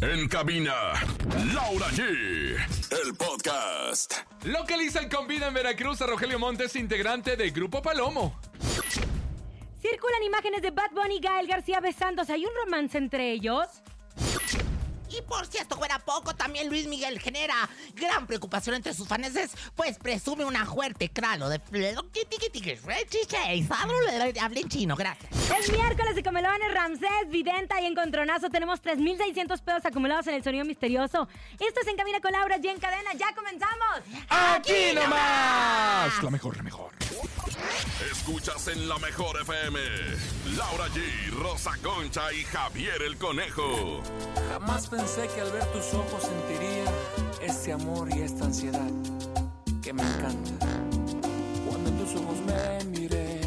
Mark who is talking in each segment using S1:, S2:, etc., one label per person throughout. S1: En cabina, Laura G. El podcast.
S2: Localiza el Convida en Veracruz a Rogelio Montes, integrante de Grupo Palomo.
S3: Circulan imágenes de Bad Bunny y Gael García besándose. ¿Hay un romance entre ellos?
S4: Y por si esto fuera poco, también Luis Miguel genera gran preocupación entre sus faneses, pues presume una fuerte cralo de... Hablé en chino, gracias.
S3: El miércoles de Comelones, Ramsés, Videnta y Encontronazo tenemos 3.600 pesos acumulados en el sonido misterioso. Esto es En Camina con Laura G en cadena. ¡Ya comenzamos!
S2: ¡Aquí nomás! La mejor, la mejor.
S1: Escuchas en la mejor FM. Laura G, Rosa Concha y Javier el Conejo.
S5: Jamás pensé que al ver tus ojos sentiría ese amor y esta ansiedad que me encanta. Cuando en tus ojos me miré,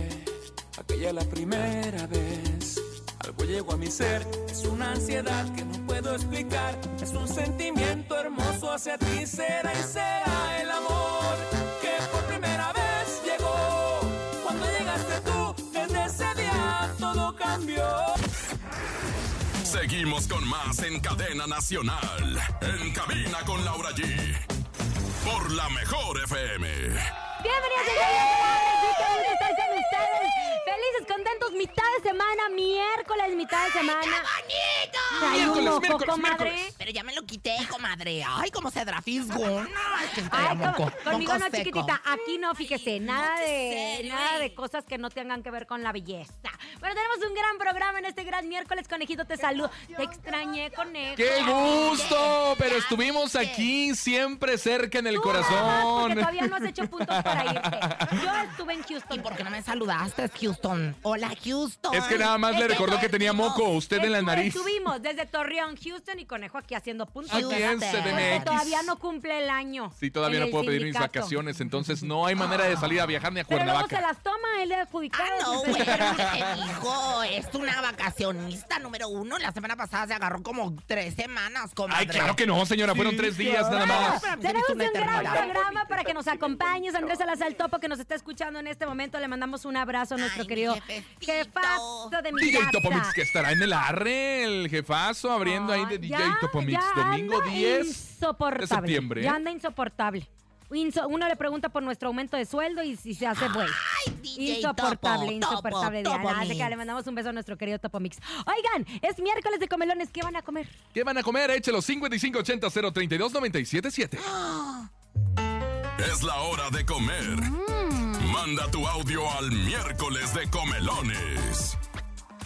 S5: aquella la primera vez, algo llegó a mi ser. Es una ansiedad que no puedo explicar, es un sentimiento hermoso hacia ti, será y será el amor que por primera vez llegó. Cuando llegaste tú, desde ese día todo cambió.
S1: Seguimos con más en cadena nacional. En cabina con Laura G. Por la mejor FM.
S3: Bienvenidos a Gael García con Laura G. ¡Qué bonito estar con ustedes! Felices, contentos, mitad de semana, miércoles, mitad de semana.
S4: ¡Bonito!
S3: Hay un
S2: Miércoles,
S3: moco,
S2: miércoles,
S3: comadre.
S2: miércoles.
S4: Pero ya me lo quité, comadre. Ay, cómo se drafisgo. No, es que estoy
S3: Ay,
S4: a moco,
S3: con- conmigo
S4: moco
S3: no,
S4: seco.
S3: chiquitita. Aquí no, fíjese, nada
S4: no te
S3: de
S4: sé,
S3: nada
S4: güey.
S3: de cosas que no tengan que ver con la belleza. Pero tenemos un gran programa en este gran miércoles, conejito, te saludo. Te extrañé, conejo.
S2: ¡Qué gusto!
S4: Ya
S2: Pero
S4: viste.
S2: estuvimos aquí siempre cerca en el
S3: Tú nada más,
S2: corazón.
S3: Porque todavía no has hecho puntos para irte. Yo estuve en
S4: ¿Y
S3: Houston.
S4: por qué no me saludaste, Houston? Hola, Houston.
S2: Es que nada más
S3: este
S4: Es
S2: le recordó que tenía
S4: estuvimos-
S2: moco usted en la nariz.
S3: Estuvimos desde Torreón, Houston y conejo aquí haciendo puntos.
S2: Aquí en
S4: Porque
S3: Porque
S2: CDMX.
S3: todavía no cumple el año.
S2: Sí, todavía
S3: en
S2: no
S3: el
S2: puedo pedir mis
S3: sindicato.
S2: vacaciones, entonces no hay manera de salir a viajar ni a
S3: Pero luego se
S2: Cuernavaca.
S3: las toma él de
S4: Ah,
S3: adjudicado.
S4: no, güey,
S3: entonces-
S4: pero usted dijo, es una vacacionista número uno. La semana pasada se agarró como tres semanas, comadre.
S2: Ay, claro que no, señora, fueron tres días nada más.
S4: Pero se me
S3: Tenemos
S4: hizo
S3: un
S4: una
S3: gran
S4: eternidad.
S3: programa para que nos acompañes. Andrés Salazar Topo, que nos está escuchando en este momento. Le mandamos un abrazo a nuestro
S4: Ay, mi
S3: querido
S4: jefecito.
S3: jefazo de mi
S2: DJ
S3: casa.
S2: Topomix que estará en el arre, el jefazo abriendo ahí de DJ
S3: Ya,
S2: Topomix,
S3: ya
S2: domingo
S3: anda
S2: 10
S3: insoportable.
S2: de septiembre.
S3: Ya
S2: ¿eh?
S3: anda insoportable. Inso- uno le pregunta por nuestro aumento de sueldo y, si se hace güey.
S4: Ay, DJ
S3: Insoportable,
S4: Topo,
S3: insoportable.
S4: Topo,
S3: Diana.
S4: Topo
S3: Así que
S4: Mix.
S3: le mandamos un beso a nuestro querido Topomix. Oigan, es miércoles de comelones. ¿Qué van a comer?
S2: ¿Qué van a comer? Échelo 5580 032 977.
S3: Ah.
S1: Es la hora de comer. Manda tu audio al miércoles de comelones.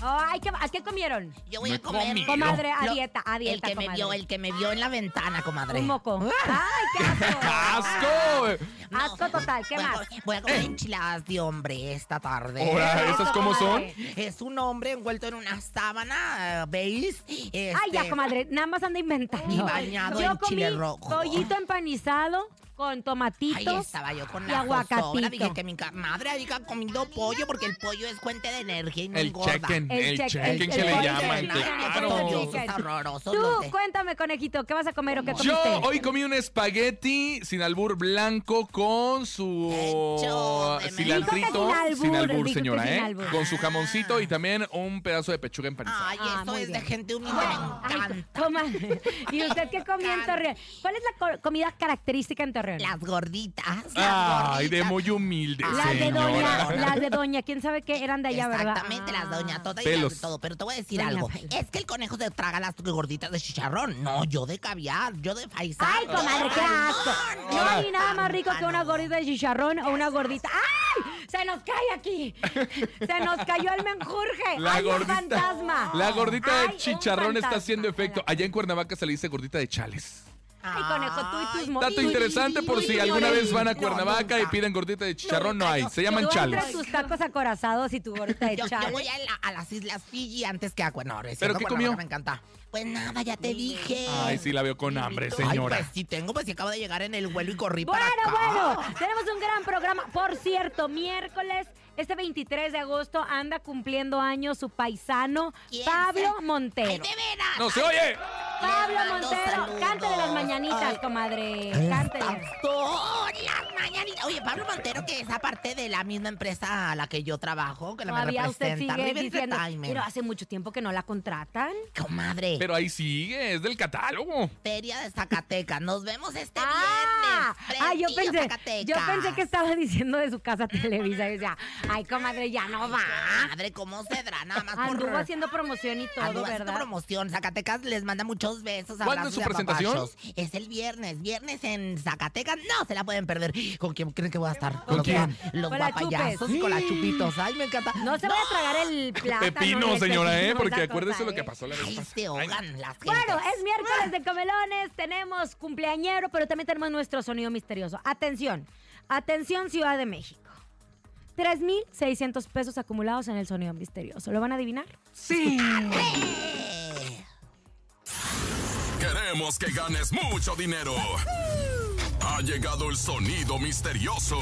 S3: Ay, ¿qué, ¿A qué comieron?
S4: Yo voy
S2: Me
S4: a comer.
S2: comí.
S3: Comadre, a
S4: Lo-
S3: dieta, a dieta.
S4: El que me
S3: comadre.
S4: vio, el que me vio en la ventana, comadre.
S3: Un moco. ¡Ay, qué asco!
S2: ¡Casco!
S4: No,
S3: Asco total, ¿qué
S4: voy a
S3: más?
S4: co- voy a comer enchiladas de hombre esta tarde.
S2: Ahora, ¿esas cómo son?
S3: comadre.
S4: Es un hombre envuelto en una sábana, eh, ¿veis? Este,
S3: Ay, ya, comadre, nada más anda inventando.
S4: Y bañado
S3: yo
S4: en chile
S3: comí
S4: rojo.
S3: Pollito empanizado con
S4: Ahí
S3: tomatitos.
S4: estaba yo con
S3: y
S4: la
S3: aguacatito.
S4: zozobra. Dije que mi ca- madre había comido pollo porque el pollo es fuente de energía y no
S2: El
S4: engorda.
S2: check-in,
S3: El
S2: el
S3: check-
S2: check-in
S3: el-
S2: que
S3: el
S2: le
S3: check-in,
S2: llaman,
S3: el check-in, el
S2: claro.
S3: check-in.
S4: horrorosos.
S3: Tú,
S4: los de-
S3: cuéntame, conejito, ¿qué vas a comer o qué
S2: Yo
S3: comiste?
S2: hoy comí un espagueti sin albur blanco con su
S4: Hecho de
S2: cilantrito
S3: melón. Dijo que sin
S2: sin
S3: albur,
S2: albur,
S3: dijo que
S2: señora,
S3: sin
S2: ¿eh?
S3: albur.
S2: Con su jamoncito y también un pedazo de pechuga empanizada.
S4: Ay,
S3: Ah,
S4: esto
S3: muy
S4: es de
S3: bien.
S4: gente humilde, me
S3: Ay,
S4: encanta.
S3: comadre. ¿Y usted qué comió en Torreón? ¿Cuál es la co- comida característica en Torreón?
S4: Las gorditas. las
S2: Ay, de
S4: gorditas.
S2: muy humilde,
S3: Las de
S2: señora.
S3: doña, las de doña, quién sabe qué eran de allá, ¿verdad?
S4: Exactamente, las doña todas y
S2: Pelos.
S4: las de todo. Pero te voy a decir
S3: Doña
S4: algo.
S3: Pelos.
S4: Es que el conejo se traga las gorditas de chicharrón. No, yo de caviar, yo de faisán.
S3: Ay, comadre, qué asco. No hay nada más rico que una
S4: gordita.
S3: gordita de chicharrón o una gordita. ¡Ay! Se nos cae aquí. Se nos cayó el menjurje.
S2: La
S3: Hay un
S2: gordita,
S3: fantasma.
S2: La gordita
S3: Hay
S2: de
S3: un
S2: chicharrón está
S3: fantasma.
S2: haciendo efecto. Allá en Cuernavaca se le dice gordita de chales.
S4: Ah,
S3: Ay, conejo, tú y tus mo-
S2: Dato
S3: y-
S2: interesante por
S3: y-
S2: si
S3: y-
S2: alguna
S3: y-
S2: vez van a
S4: no,
S2: Cuernavaca y
S4: nunca.
S2: piden gordita de chicharrón, no
S4: Nunca,
S2: hay.
S4: yo-
S2: Se llaman
S3: Tú
S2: chales.
S3: entre tus tacos acorazados y tu gordita de
S4: Yo, yo voy
S3: chale.
S4: a, la- a las Islas Fiji antes que a Cuernavaca.
S2: ¿Pero qué comió?
S4: Me encanta. Pues nada, ya te dije.
S2: Ay, sí, la veo con hambre, señora.
S4: Ay, pues sí tengo, pues sí acabo de llegar en el vuelo y corrí
S3: Bueno,
S4: para acá.
S3: bueno, tenemos un gran programa. Por cierto, miércoles, este 23 de agosto, anda cumpliendo años su paisano
S4: ¿Quién
S3: Pablo
S4: se- Ay,
S3: Montero.
S4: de veras.
S2: ¡No se oye!
S3: Pablo
S4: mando
S3: Montero,
S4: saludos.
S3: cántale las mañanitas,
S4: Ay.
S3: comadre. Cántele.
S4: Pastor, las mañanitas. Oye, Pablo Montero, que es aparte de la misma empresa a la que yo trabajo, que la me
S3: Todavía usted
S4: representa.
S3: sigue
S4: River
S3: diciendo,
S4: Entertainment.
S3: pero hace mucho tiempo que no la contratan.
S4: Comadre,
S2: Pero ahí sigue, es del catálogo.
S4: Feria de Zacatecas. Nos vemos este
S3: Ah,
S4: viernes.
S3: ah, yo
S4: Fresquillo,
S3: pensé,
S4: Zacatecas.
S3: yo pensé que estaba diciendo de su casa Televisa. Y decía, ay, comadre, ya no va.
S4: Madre, ¿cómo se dará? Nada más por...
S3: Anduvo haciendo promoción y todo,
S4: Anduvo haciendo
S3: ¿verdad?
S4: promoción. Zacatecas les manda muchos besos.
S2: ¿Cuándo es
S4: abrazos
S2: su
S4: y
S2: presentación?
S4: apapachos. Es el viernes. Viernes en Zacatecas. No se la pueden perder. ¿Con quién creen que voy a estar?
S2: ¿Con
S4: los,
S2: quién?
S4: Los
S3: Con la
S4: guapayazos
S3: Chupes.
S4: con las chupitos. Ay, me encanta.
S3: No se vaya a tragar el plátano. ni
S2: Pepino,
S3: el
S2: señora, ¿eh?
S3: pepino,
S2: Porque
S3: esa
S2: acuérdese
S3: cosa,
S2: lo que
S3: ¿eh?
S2: pasó la vez
S4: Ay,
S2: pasada.
S4: se ahogan las gentes.
S3: Bueno, es miércoles de comelones, tenemos cumpleañero, pero también tenemos nuestro sonido misterioso. Atención, atención Ciudad de México. 3.600 pesos acumulados en el sonido misterioso. ¿Lo van a adivinar?
S1: Queremos que ganes mucho dinero. Ha llegado el sonido misterioso.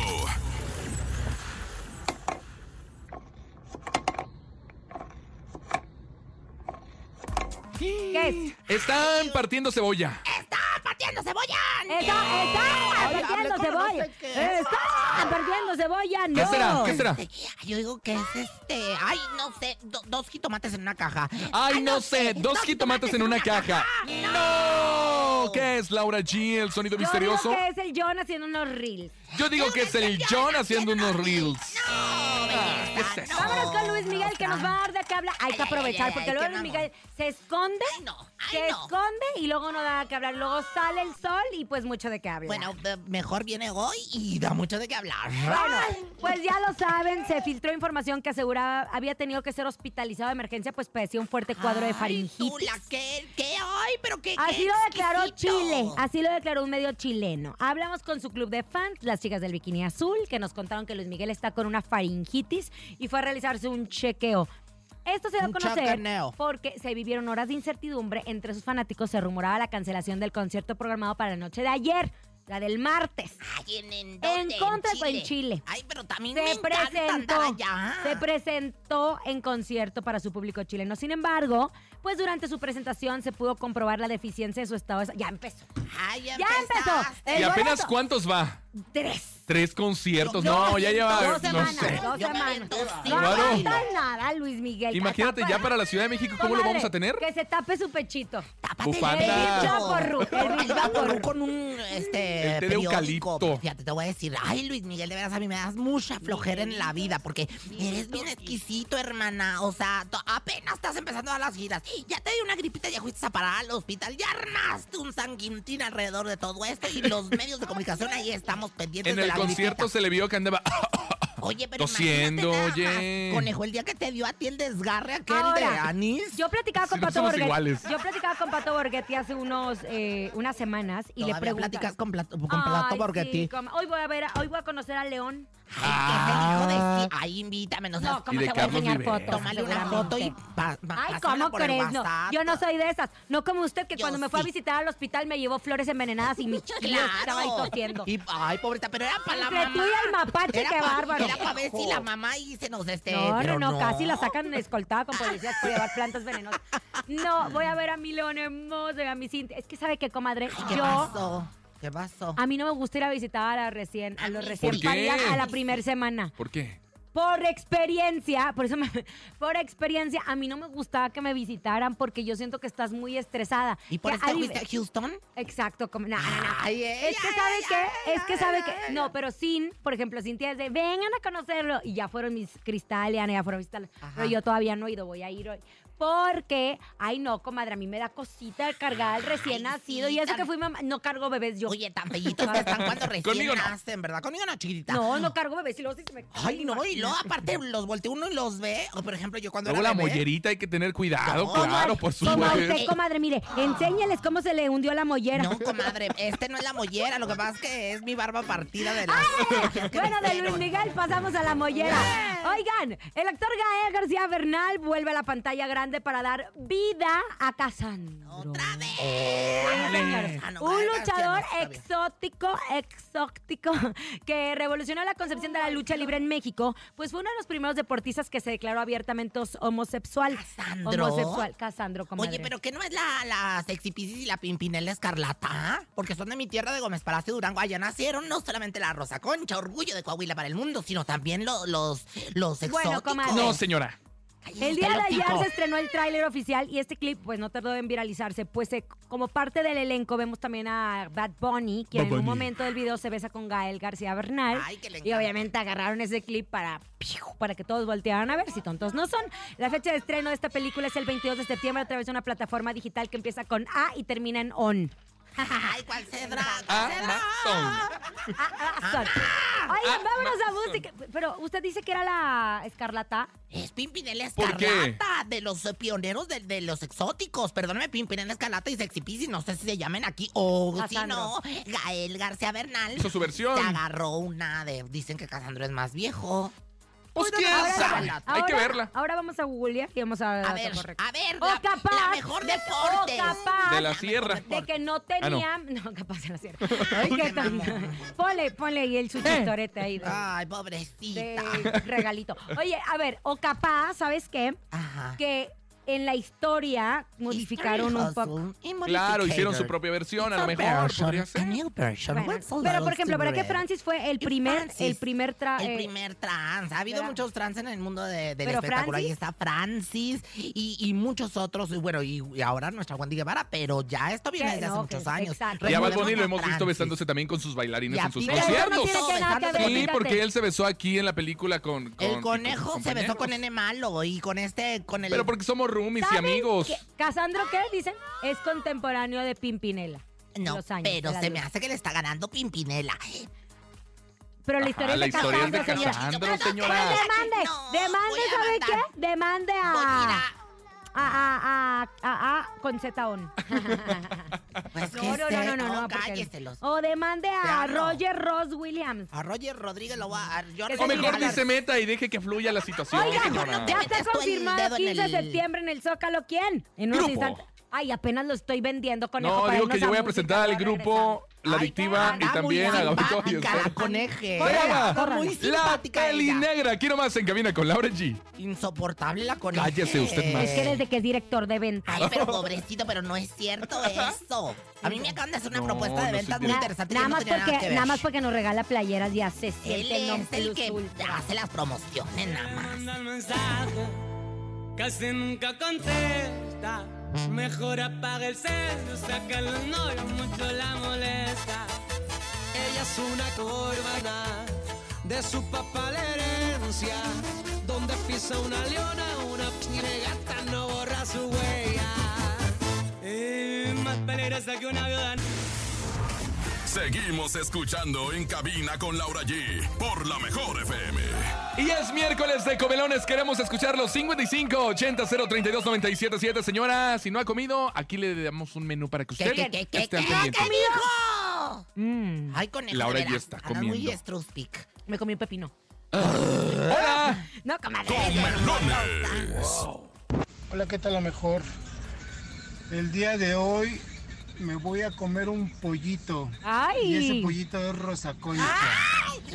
S3: ¿Qué
S4: Mm.
S3: es?
S2: Están partiendo cebolla.
S4: ¡Está partiendo cebolla!
S3: ¡Está, está
S4: Ay,
S3: partiendo
S4: hable como no
S3: cebolla!
S4: sé qué es.
S3: ¡Está partiendo cebolla! ¡No!
S2: ¿Qué será? ¿Qué será?
S4: Yo digo que es este. Ay, no sé. do- dos jitomates en una caja.
S2: Ay, no sé, dos jitomates en una caja. ¡No! ¿Qué es Laura G, el sonido
S3: Yo digo
S2: misterioso?
S3: que es el John haciendo unos reels.
S2: Yo digo que es el John haciendo unos reels. Ah,
S4: No, belleza,
S2: ¿qué es
S4: no.
S3: Vámonos con Luis Miguel que nos va a dar de qué hablar. Hay que
S4: Ay, ay, ay,
S3: aprovechar
S4: ay,
S3: porque
S4: ay,
S3: luego
S4: qué
S3: Luis
S4: mamón.
S3: Miguel se esconde,
S4: Ay, no, ay,
S3: se
S4: no.
S3: esconde y luego no da que hablar. Luego sale el sol y pues mucho de qué hablar.
S4: Bueno, eh, mejor viene hoy y da mucho de qué hablar.
S3: Bueno, pues ya lo saben, se filtró información que aseguraba había tenido que ser hospitalizado de emergencia, pues padecía un fuerte cuadro de
S4: Ay, tú,
S3: faringitis.
S4: la que, que, ay, pero que.
S3: Así
S4: que
S3: lo declaró
S4: exquisito.
S3: Chile, así lo declaró un medio chileno. Hablamos con su club de fans, las chicas del bikini azul, que nos contaron que Luis Miguel está con una faringitis y fue a realizarse un chequeo. Esto se dio a
S4: Un
S3: conocer
S4: chacaneo.
S3: porque se vivieron horas de incertidumbre entre sus fanáticos. Se rumoraba la cancelación del concierto programado para la noche de ayer, la del martes.
S4: Ay, en, en, dónde?
S3: En contra, en Chile.
S4: Ay, pero también me
S3: se
S4: encanta
S3: presentó,
S4: andar allá.
S3: se presentó en concierto para su público chileno. Sin embargo, pues durante su presentación se pudo comprobar la deficiencia de su estado. de sa- Ya empezó.
S4: Ay, ya,
S3: Ya empezó.
S4: empezaste.
S3: El
S2: ¿Y apenas
S3: boleto,
S2: cuántos va?
S3: Tres.
S2: Tres conciertos.
S4: Yo- yo
S2: No, ya lleva.
S3: Dos
S2: No
S3: semanas.
S2: sé.
S3: Dos
S4: Yo me
S3: semanas.
S4: aviento
S3: No
S4: cinco
S2: Claro.
S3: aguanta
S4: kilos.
S3: nada, Luis Miguel.
S2: Imagínate, ya para la Ciudad de México, ¿cómo lo vamos a tener?
S3: Que se tape su pechito.
S4: Tápate
S2: Bufanda.
S4: el
S3: El
S4: pecho.
S3: vaporru, el
S4: Ahí va
S3: vaporru.
S4: con un este
S2: El té de
S4: periódico.
S2: eucalipto.
S4: Fíjate, te voy a decir, ay Luis Miguel, de veras a mí me das mucha flojera en la vida porque eres bien exquisito, hermana. O sea, to- apenas estás empezando a dar las giras. Ya te dio una gripita, ya fuiste a parar al hospital, ya armaste un sanguintín alrededor de todo esto y los medios de comunicación ahí estamos pendientes
S2: En
S4: de
S2: el
S4: la
S2: concierto
S4: gripita.
S2: se le vio que andaba.
S4: Oye, pero
S2: Tosiendo,
S4: imagínate nada
S2: oye.
S4: más, Conejo, el día que te dio a ti el desgarre aquel de
S3: Ahora,
S4: anís.
S3: Yo platicaba con
S2: Si no
S3: Pato
S2: somos
S3: Borghetti.
S2: iguales.
S3: Yo platicaba con Pato Borghetti hace unos eh, unas semanas y le
S4: Todavía
S3: preguntaba.
S4: platicas con, plato, con plato
S3: Ay,
S4: porque
S3: sí,
S4: a ti.
S3: coma- hoy voy a ver, a- hoy voy a conocer a León.
S4: Ay, que es el
S2: Ah.
S4: hijo de sí. Ay, invítame, no seas...
S3: No, ¿cómo
S2: de
S3: te voy a
S2: Carlos
S3: enseñar
S2: Vives.
S3: fotos?
S4: Tómale una
S3: Seguramente.
S4: foto y pa- pa-
S3: Ay,
S4: pásala
S3: ¿cómo
S4: por el
S3: crees? No,
S4: WhatsApp.
S3: yo no soy de esas. No como usted que
S4: Yo
S3: cuando me fue a
S4: sí.
S3: visitar al hospital me llevó flores envenenadas y mi chiquillo estaba ahí
S4: Claro.
S3: tosiendo.
S4: Y- ay, pobrita, pero era para la
S3: Entre
S4: mamá.
S3: tú y el mapache,
S4: Era
S3: qué
S4: pa-
S3: bárbaro.
S4: Era para ver si la mamá y se nos este...
S3: No, no,
S4: pero
S3: no, casi la sacan escoltada con policías por llevar plantas venenosas. No, voy a ver a mi león hermoso y a mi Cintia. Es que sabe que, comadre,
S4: ¿Qué
S3: yo Ah,
S4: pasó? ¿Qué pasó?
S3: a mí no me gusta ir a visitar a, la recién, a los
S4: ¿Por
S3: recién
S2: qué?
S3: paridas a la primera semana.
S2: ¿Por qué?
S3: Por experiencia, por eso me- por experiencia, a mí no me gustaba que me visitaran porque yo siento que estás muy estresada.
S4: ¿Y por
S3: Que
S4: eso
S3: hay-
S4: fuiste a Houston?
S3: Exacto, como, no, no, Ah, no.
S4: Ay,
S3: Es que
S4: ella,
S3: sabe
S4: ella,
S3: que, es que
S4: ella,
S3: sabe
S4: ella,
S3: que, no, pero sin, por ejemplo, Cintia es de, vengan a conocerlo. Y ya fueron mis cristales, Ana, ya fueron mis cristales.
S4: Ajá.
S3: Pero yo todavía no he ido, voy a ir hoy. Porque, ay no, comadre, a mí me da cosita cargar al recién
S4: Ay,
S3: nacido.
S4: sí,
S3: y eso
S4: tan-
S3: que fui mamá, no cargo bebés yo.
S4: Oye, tan bellitos que están cuando recién
S2: Conmigo no.
S4: nacen, ¿verdad? Conmigo no, chiquitita.
S3: no, no cargo bebés y luego sí se me
S4: Ay, no, y luego
S3: imagínate.
S4: aparte los volteo uno y los ve. O, por ejemplo, yo cuando
S2: Luego
S4: era
S2: la
S4: bebé,
S2: mollerita hay que tener cuidado,
S4: No,
S2: claro,
S3: Comadre,
S2: por
S3: Como a usted,
S2: supuesto.
S3: comadre, mire, enséñales cómo se le hundió la mollera.
S4: No, comadre, este no es la mollera, lo que pasa es que es mi barba partida de las...
S3: Bueno, de Luis Miguel pasamos a la mollera. Oigan, el actor Gael García Bernal vuelve a la pantalla grande. grande para dar vida a Casandro.
S4: Otra vez.
S3: Señores,
S4: Ah, no,
S3: un
S4: Gael García no
S3: luchador
S4: está bien.
S3: exótico, exótico, que revolucionó la concepción de la lucha libre en México, pues fue uno de los primeros deportistas que se declaró abiertamente os- homosexual.
S4: ¿Casandro?
S3: Homosexual, Casandro, comadre.
S4: Oye, pero ¿qué no es la, la Sexy Pisces y la Pimpinela Escarlata? Porque son de mi tierra de Gómez Palacio, Durango. Allá nacieron no solamente la Rosa Concha, orgullo de Coahuila para el mundo, sino también lo- los, los
S3: Bueno,
S4: exóticos.
S3: comadre.
S2: No, señora.
S3: El día de ayer se estrenó el tráiler oficial y este clip pues no tardó en viralizarse, pues eh, como parte del elenco vemos también a Bad Bunny, quien
S2: Bad
S3: en un
S2: Bunny.
S3: momento del video se besa con Gael García Bernal.
S4: Ay, que le
S3: y
S4: encanta.
S3: obviamente agarraron ese clip para, ¡piu! para que todos voltearan a ver si tontos no son. La fecha de estreno de esta película es el 22 de septiembre a través de una plataforma digital que empieza con A y termina en ON.
S4: Ay, ¿cuál cedra? ¿Cuál cedra?
S2: Amazon.
S4: Ah,
S3: Amazon. Oigan, vámonos a música. Pero usted dice que era la escarlata.
S4: Es Pimpinela
S2: ¿Por qué?
S4: Escarlata, de los eh, pioneros de, de los exóticos. Perdóname, Pimpinela Escarlata y Sexy Pisces, no sé si se llamen aquí. O si
S3: Casandro.
S4: no, Gael García Bernal.
S2: Hizo su versión.
S4: Se agarró una de. Dicen que Casandro es más viejo.
S2: Pues quién
S4: Ahora,
S2: sabe. Hay que
S3: Ahora-
S2: verla.
S3: Ahora vamos a googlear y vamos a...
S4: A ver,
S3: correcto.
S4: a ver,
S3: O
S4: la,
S3: capaz
S4: la mejor
S3: de-
S4: deporte.
S3: o capaz
S2: De la sierra.
S3: de que no
S2: Ah, no.
S3: tenía... no. capaz de la sierra. Ay,
S4: qué
S3: qué tonto.
S4: mamón.
S3: Ponle, ponle ahí
S2: Eh.
S3: el chuchitorete ahí de,
S4: Ay, pobrecita.
S3: de regalito. Oye, a ver, o capaz, ¿sabes qué?
S4: Ajá.
S3: Que en la historia modificaron un poco.
S2: Claro, hicieron su propia versión, a lo mejor podría ser.
S3: Bueno, pero por ejemplo, ¿verdad que Francis fue el primer,
S4: Francis,
S3: el primer tra-
S4: El
S3: eh,
S4: primer trans. Ha habido
S3: ¿verdad?
S4: muchos trans en el mundo de- del
S3: Pero
S4: espectáculo.
S3: Francis-
S4: Ahí está Francis y, y muchos otros. Y bueno, y, y ahora nuestra Wendy Guevara, pero ya esto viene
S3: Que
S4: desde
S3: no,
S4: hace muchos
S3: que-
S4: años.
S3: exacto.
S2: Y a Bad
S4: Recordemos
S2: Bunny lo hemos visto
S4: Francis.
S2: besándose también con sus bailarines
S4: Y a
S2: en sus
S4: Peter
S3: Pero eso no
S2: conciertos.
S3: tiene que nada que ver.
S4: Sí,
S2: Sí,
S3: fíjate.
S2: porque él se besó aquí en la película con. con-
S4: El
S2: con
S4: conejo
S2: sus
S4: se besó con
S2: compañeros.
S4: N malo y con este, con el.
S2: Pero porque somos roomies y
S3: ¿Saben
S2: amigos.
S3: qué? Casandro, ¿qué dicen? Es contemporáneo de Pimpinela.
S4: No,
S3: los años,
S4: pero
S3: de la
S4: se me
S3: luz.
S4: hace que le está ganando Pimpinela.
S3: Pero la
S2: Ajá,
S3: historia
S2: la
S3: es de
S2: historia es de
S3: Casandro, señor.
S2: Casandro,
S3: Pues
S2: señora.
S3: demande,
S4: No,
S3: demande,
S4: voy a
S3: ¿sabe
S4: mandar.
S3: qué? Ah. Demande a...
S4: Pues mira,
S3: A, a, a, a, a con Z on.
S4: Ah, pues que
S3: No, no, no,
S4: se-
S3: no, no, no, porque-
S4: cálleselos.
S3: O demande a
S4: Claro. Ah,
S3: Roger Ross Williams.
S4: A Roger Rodríguez lo va a. yo
S3: Que
S4: no
S2: O
S4: sé
S2: mejor
S4: hablar.
S2: ni se meta y deje que fluya la situación,
S3: Oiga,
S2: señora.
S3: ya
S4: metas
S3: está
S4: tú el
S3: confirmado
S4: dedo en
S3: 15 de
S4: el-
S3: septiembre en el Zócalo. ¿Quién? En unos
S2: Grupo.
S3: instantes. Ay, apenas lo estoy vendiendo con
S2: No, digo que yo voy a presentar al grupo La
S4: Ay,
S2: Adictiva
S4: qué
S2: y también a
S4: muy
S2: Gabito y
S4: simpática la
S2: usted.
S4: coneje.
S2: Oiga,
S4: Era
S2: córrala.
S4: muy
S2: ¿eh? La
S4: simpática
S2: peli
S4: ella.
S2: negra. Quiero más en cabina con Laura G.
S4: Insoportable la coneje.
S2: Cállese usted más.
S3: Es que desde que es director de venta.
S4: Ay, pero pobrecito, pero no es cierto eso. A mí me acaban de hacer una
S2: No,
S4: propuesta de
S2: no
S4: ventas
S2: soy
S4: muy
S2: director.
S4: interesante.
S3: Ah, nada,
S4: que no
S3: más
S4: tenía
S3: porque,
S4: que ver.
S3: nada más porque nos regala playeras y hace
S4: Él
S3: siente non
S4: es el
S3: plus
S4: que
S3: ultra.
S4: hace las promociones, nada más.
S6: manda el mensaje, casi nunca contesta. Mejor apaga el cel, o sea que el novio mucho la molesta. Ella es una corvana de su papá la herencia. Donde pisa una leona, una pire gata no borra su huella. Es más peligrosa que una viuda.
S1: Seguimos escuchando en cabina con Laura G por la mejor FM.
S2: Y es miércoles de comelones. Queremos escuchar los 55 80 032 977. Señora, si no ha comido, aquí le damos un menú para que usted
S4: ¿Qué, qué, qué,
S2: esté
S4: qué, Ah,
S2: al
S4: qué,
S2: pendiente.
S4: dijo?
S3: Mm,
S4: Ay, conejo.
S2: Laura
S4: de
S2: ya
S4: veras,
S2: está
S4: andas
S2: comiendo.
S4: muy estruspic.
S3: me comí un pepino.
S2: Hola.
S3: No, comadre.
S1: Comelones.
S7: Hola, ¿qué tal? A mejor. El día de hoy me voy a comer un pollito. Y ese
S3: Ay.
S7: pollito es rosaconcha.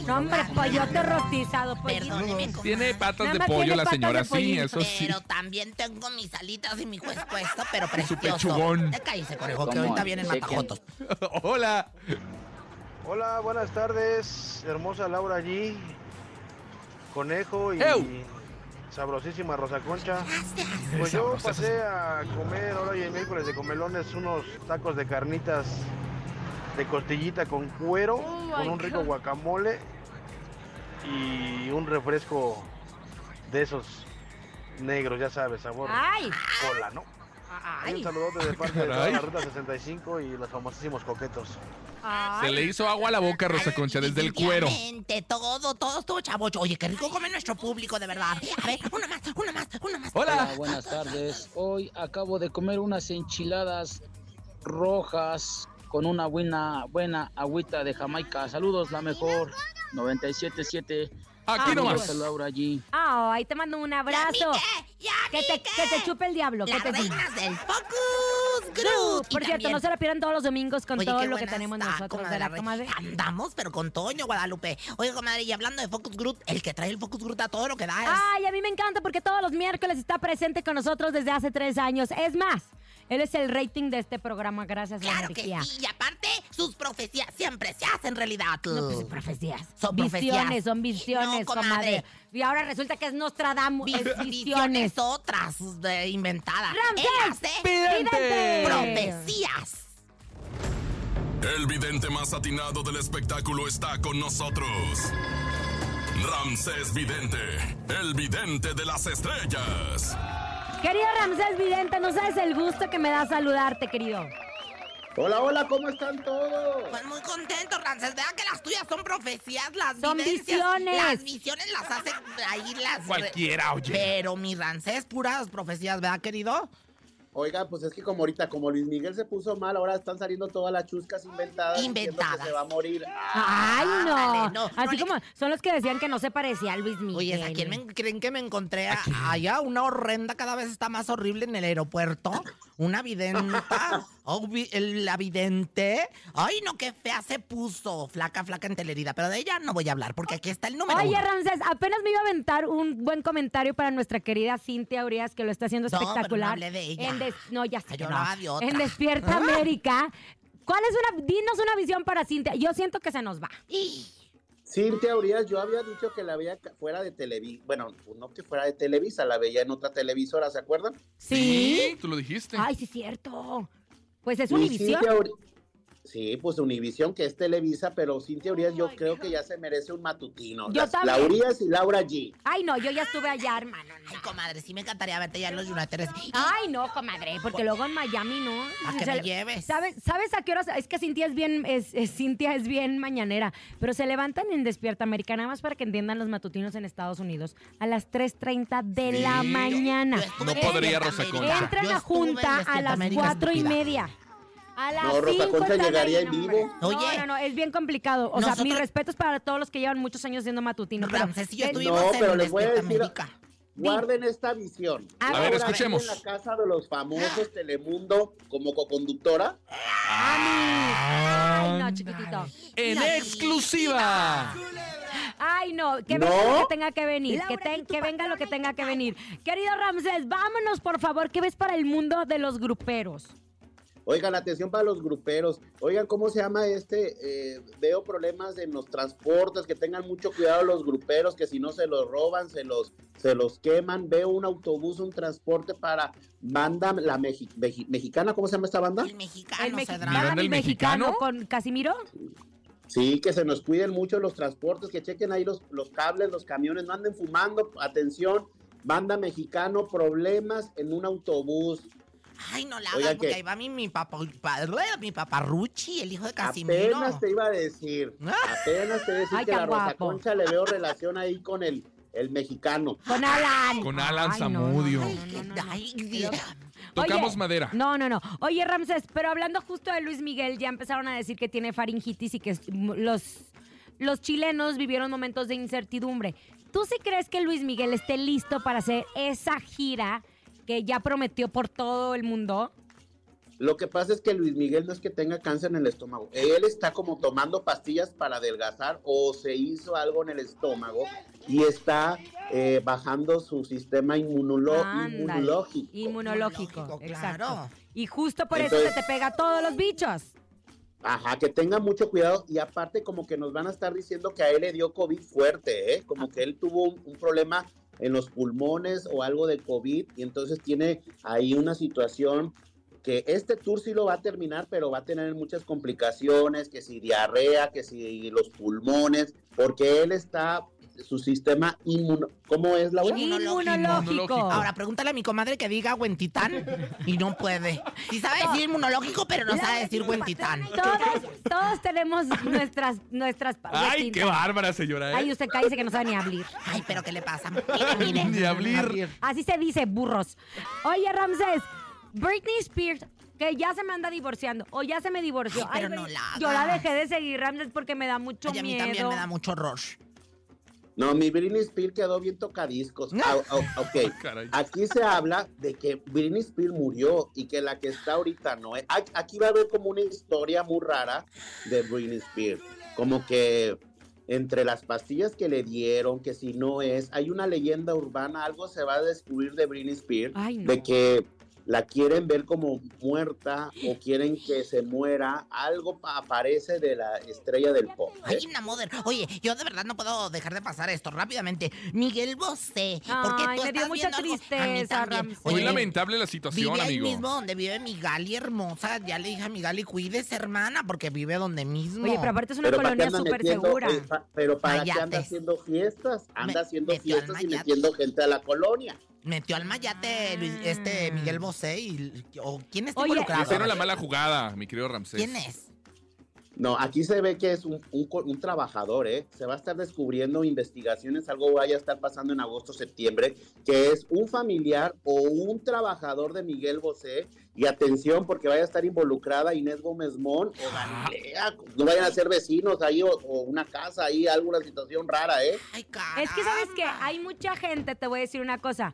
S3: No, hombre,
S4: Ah,
S3: pollote rostizado, pollito.
S4: Perdóneme,
S2: Tiene
S4: comadre.
S2: patas
S3: Nada
S2: de
S3: más
S2: pollo
S3: tiene
S2: la
S3: patas
S2: señora.
S3: de
S2: Sí,
S3: pollito.
S2: eso sí.
S4: Pero también tengo mis alitas y mi cuescuesto, pero precioso.
S2: pechugón.
S4: Te caíste, conejo, que ahorita vienen matajotos.
S2: Hola.
S8: Hola, buenas tardes, hermosa Laura allí, conejo y
S2: ¡Ew!
S8: sabrosísima Rosa Concha. Pues yo
S2: Sabrosa,
S8: pasé a comer ahora y el miércoles de comelones unos tacos de carnitas de costillita con cuero,
S3: Oh, my
S8: con un rico
S3: God.
S8: guacamole y un refresco de esos negros, ya sabes, sabor
S3: Ay.
S8: cola, ¿no?
S4: Ah,
S8: Ahí Un
S3: Ay.
S8: saludote de parte de toda
S2: Caray.
S8: la Ruta 65 y los famosísimos coquetos.
S3: Ay.
S2: Se le hizo agua a la boca, Rosa Concha, desde el cuero.
S4: Definitivamente, Todo, todo estuvo chavocho. Oye, qué rico come nuestro público, de verdad. A ver, una más, una más, una más.
S2: Hola.
S9: Ah, buenas tardes. Hoy acabo de comer unas enchiladas rojas con una buena, buena agüita de Jamaica. Saludos, la mejor. 977.
S2: Aquí
S3: Amigos.
S2: nomás.
S9: Laura allí.
S3: Ay, te mando un
S4: ¿Y a mí
S3: abrazo.
S4: qué?
S3: Que te, que te chupe el diablo.
S4: Las
S3: que te chupe.
S4: reinas del Focus Group.
S3: Por
S4: Y
S3: cierto,
S4: también-
S3: no se la pierdan todos los domingos con
S4: Oye,
S3: todo
S4: qué
S3: lo que
S4: buena
S3: tenemos
S4: está,
S3: nosotros de
S4: comadre,
S3: la
S4: re-
S3: comadre.
S4: Andamos, pero con Toño, Guadalupe. Oye, comadre, y hablando de Focus Group, el que trae el Focus Group a todo lo que da es...
S3: Ay, a mí me encanta porque todos los miércoles está presente con nosotros desde hace tres años. Es más, él es el rating de este programa gracias a la
S4: claro que
S3: energía.
S4: sí. Y aparte, sus profecías siempre se hacen realidad.
S3: No, pues, profecías.
S4: Son
S3: visiones,
S4: profecías.
S3: son visiones,
S4: No,
S3: comadre.
S4: comadre.
S3: Y ahora resulta que es Nostradamus.
S4: Vi-
S3: es visiones.
S4: visiones otras eh, inventadas.
S3: ¡Ramsés!
S4: Él hace
S2: ¡Vidente!
S4: profecías.
S1: El vidente más atinado del espectáculo está con nosotros. Ramsés Vidente, el vidente de las estrellas.
S3: Querido Ramsés Vidente, no sabes el gusto que me da saludarte, querido.
S10: Hola, hola, ¿cómo están todos?
S4: Pues muy contento, Ramsés. Vean que las tuyas son profecías, las
S3: Son
S4: vivencias,
S3: visiones.
S4: Las visiones las hacen ahí las...
S2: Cualquiera, oye.
S4: Pero mi Ramsés, puras profecías, ¿verdad, querido?
S10: Oiga, pues es que como ahorita, como Luis Miguel se puso mal, ahora están saliendo todas las chuscas inventadas. diciendo
S4: Inventadas.
S10: Que se va a morir.
S3: Ay, no.
S4: ándale, Ah, no, no
S3: Así
S4: le-
S3: como son los que decían que no se parecía a Luis Miguel.
S4: Oye, ¿a quién me, creen que me encontré a- allá? Una horrenda cada vez está más horrible en el aeropuerto. Una videnta. Oh, vi- el- la vidente. Ay, no, qué fea se puso. Flaca, flaca, entelerida. Pero de ella no voy a hablar porque aquí está el número.
S3: Oye,
S4: uno.
S3: Ramsés, apenas me iba a aventar un buen comentario para nuestra querida Cintia Urias, que lo está haciendo
S4: No, pero no
S3: espectacular.
S4: hablé de ella.
S3: En des- No, ya sé.
S4: Ay,
S3: que
S4: Ah, yo
S3: no.
S4: hablaba de otra. Ah.
S3: En Despierta América. ¿Cuál es una. Dinos una visión para Cintia. Yo siento que se nos va.
S10: Cintia Urias, yo había dicho que la veía ca- fuera de Televisa. Bueno, pues no que fuera de Televisa, la veía en otra televisora, ¿se acuerdan?
S2: Sí, tú lo dijiste.
S3: Ay, sí, cierto. Pues es
S10: Y
S3: Univisión.
S10: Cintia Uri- Sí, pues Univisión, que es Televisa, pero Cintia Urias yo creo que ya se merece un matutino.
S3: Yo
S10: Las-
S3: también.
S10: La Urias y Laura G.
S3: Ay, no, yo ya estuve allá, hermano. no.
S4: Ay, comadre, sí me encantaría verte ya en los Yunateres.
S3: Ay, no, comadre, porque luego en Miami no.
S4: ¿A que
S3: Se-
S4: me lleves?
S3: ¿Sabes, ¿Sabes a qué horas? Es que Cintia es bien, es, es- Cintia es bien mañanera, pero se levantan en Despierta América, nada más para que entiendan los matutinos en Estados Unidos, a las 3.30 de
S2: Sí.
S3: la mañana.
S2: No podría, Rosa Concha.
S3: Entra
S4: Yo
S3: la
S4: estuve en
S3: junta a
S4: Despierta
S3: las
S4: América,
S3: cuatro y
S4: estúpida.
S3: media. A las
S10: No, Rosa
S3: cinco
S10: Concha
S3: están
S10: llegaría
S3: ahí, no,
S10: en vivo.
S3: hombre. No,
S4: Oye.
S3: no, no, es bien complicado. O sea,
S4: Nosotros-
S3: mis respetos para todos los que llevan muchos años siendo matutinos. pero-
S4: Ramsés y yo
S3: Eh,
S4: estuvimos
S10: No,
S4: en
S10: pero
S4: el
S10: les voy a
S4: Despierta
S10: decir-
S4: América.
S10: Guarden esta visión.
S3: A
S2: ver,
S10: Laura G
S2: escuchemos.
S10: En la casa de los famosos Telemundo como coconductora.
S3: Ay, no, chiquitito.
S2: En exclusiva.
S3: Ay, no, que
S10: No.
S3: venga lo que tenga que venir,
S4: Laura,
S3: que, ten-
S4: di tu
S3: que venga lo que
S4: patrona y
S3: tenga
S4: te
S3: que
S4: callo.
S3: venir. Querido Ramsés, vámonos, por favor, ¿qué ves para el mundo de los gruperos?
S10: Oigan, atención para los gruperos. Oigan, ¿cómo se llama este? Eh, veo problemas en los transportes, que tengan mucho cuidado los gruperos, que si no se los roban, se los, se los queman. Veo un autobús, un transporte para banda la mexi- meji- mexicana, ¿cómo se llama esta banda?
S4: El mexicano
S3: mexi-
S4: se
S2: Miranda,
S3: Bájame
S2: el mexicano.
S3: con Casimiro.
S10: Sí, que se nos cuiden mucho los transportes, que chequen ahí los, los cables, los camiones, no anden fumando, atención. Banda mexicano, problemas en un autobús.
S4: Ay, no la
S10: Oiga,
S4: hagas, porque
S10: ¿qué?
S4: ahí va mi, mi, papá, mi paparruchi, el hijo de Casimiro.
S10: Apenas te iba a decir,
S4: Ah.
S10: apenas te iba a decir
S3: Ay,
S10: que
S3: qué
S10: la Rosa
S3: guapo.
S10: Concha le veo relación ahí con el, el mexicano.
S3: Con Alan.
S2: Con Alan
S3: Ay, no, no,
S2: Zamudio.
S3: no, no,
S4: Ay,
S3: no,
S4: que-
S3: no, no.
S4: ay, Dios.
S2: Tocamos
S3: Oye,
S2: madera.
S3: No, no, no. Oye, Ramsés, pero hablando justo de Luis Miguel, ya empezaron a decir que tiene faringitis y que es- m- los, los chilenos vivieron momentos de incertidumbre. ¿Tú sí crees que Luis Miguel esté listo para hacer esa gira que ya prometió por todo el mundo?
S10: Lo que pasa es que Luis Miguel no es que tenga cáncer en el estómago. Él está como tomando pastillas para adelgazar o se hizo algo en el estómago y está eh, bajando su sistema inmunolo-
S3: Ándale.
S10: inmunológico.
S3: Inmunológico,
S4: Inmunológico,
S3: exacto.
S4: claro.
S3: Y justo por eso
S10: Entonces-
S3: se te pega a todos los bichos.
S10: Ajá, que tenga mucho cuidado y aparte como que nos van a estar diciendo que a él le dio COVID fuerte, ¿eh? Como que él tuvo un, un problema en los pulmones o algo de COVID y entonces tiene ahí una situación que este tour sí lo va a terminar, pero va a tener muchas complicaciones, que si diarrea, que si los pulmones, porque él está, su sistema inmuno... ¿Cómo es, Laura?
S4: Inmunológico.
S3: Inmunológico.
S4: Ahora, pregúntale a mi comadre que diga Huentitán y no puede. Sí sabe decir inmunológico, pero no sabe decir Huentitán.
S3: Todos, todos tenemos nuestras, nuestras
S2: Ay, qué bárbara, señora.
S3: Ay,
S2: ¿eh?
S3: usted cállese que no sabe ni hablar.
S4: Ay, pero ¿qué le pasa? Mire, mire.
S2: Ni hablar.
S3: Así se dice, burros. Oye, Ramsés, Britney Spears, que ya se me anda divorciando, o ya se me divorció.
S4: Ay, pero
S3: güey,
S4: no la
S3: Yo la
S4: hagas.
S3: dejé de seguir, Ramsés, porque me da mucho
S4: Ay, a mí
S3: miedo.
S4: también me da mucho horror.
S10: No, mi Britney Spears quedó bien tocadiscos. Ah, ah, ok,
S2: Caray.
S10: aquí se habla de que Britney Spears murió y que la que está ahorita no es. A- Aquí va a haber como una historia muy rara de Britney Spears. Como que entre las pastillas que le dieron, que si no es, hay una leyenda urbana, algo se va a descubrir de Britney Spears,
S3: Ay, Ah, no.
S10: de que la quieren ver como muerta o quieren que se muera, algo pa- aparece de la estrella del pop. ¿eh?
S4: Ay, una mother. Oye, yo de verdad no puedo dejar de pasar esto rápidamente. Miguel Bosé, porque
S3: Ay,
S4: tú
S3: me dio
S4: estás
S3: mucha
S4: viendo algo- A mí
S3: tristeza,
S4: también.
S3: Ramsés.
S2: Muy
S4: Oye,
S2: lamentable la
S4: Vive
S2: situación,
S4: ahí
S2: amigo.
S4: mismo donde vive mi Gali hermosa. Ya le dije a mi Gali, cuídese, hermana, porque vive donde mismo.
S3: Oye, pero aparte es una
S10: ¿para qué
S3: colonia
S10: anda
S3: súper
S10: metiendo-
S3: segura.
S10: eh, pa- pero para qué anda
S4: Mayates.
S10: haciendo fiestas, anda
S4: Me-
S10: haciendo
S4: metió al
S10: fiestas y
S4: mayate.
S10: metiendo gente a la colonia.
S4: Metió al mayate Luis- este Miguel Bosé y o quién está
S3: Ah. Oye,
S2: Hicieron
S4: involucrado.
S2: la mala jugada, mi querido Ramsés.
S4: ¿Quién es?
S10: No, aquí se ve que es un, un co- un trabajador, ¿eh? Se va a estar descubriendo investigaciones, algo vaya a estar pasando en agosto, septiembre, que es un familiar o un trabajador de Miguel Bosé. Y atención, porque vaya a estar involucrada Inés Gómez Mon o
S3: Ah.
S10: Galilea. No vayan a ser vecinos ahí o, o una casa ahí, alguna situación rara, ¿eh?
S4: Ay, caramba.
S3: Es que sabes que hay mucha gente, te voy a decir una cosa.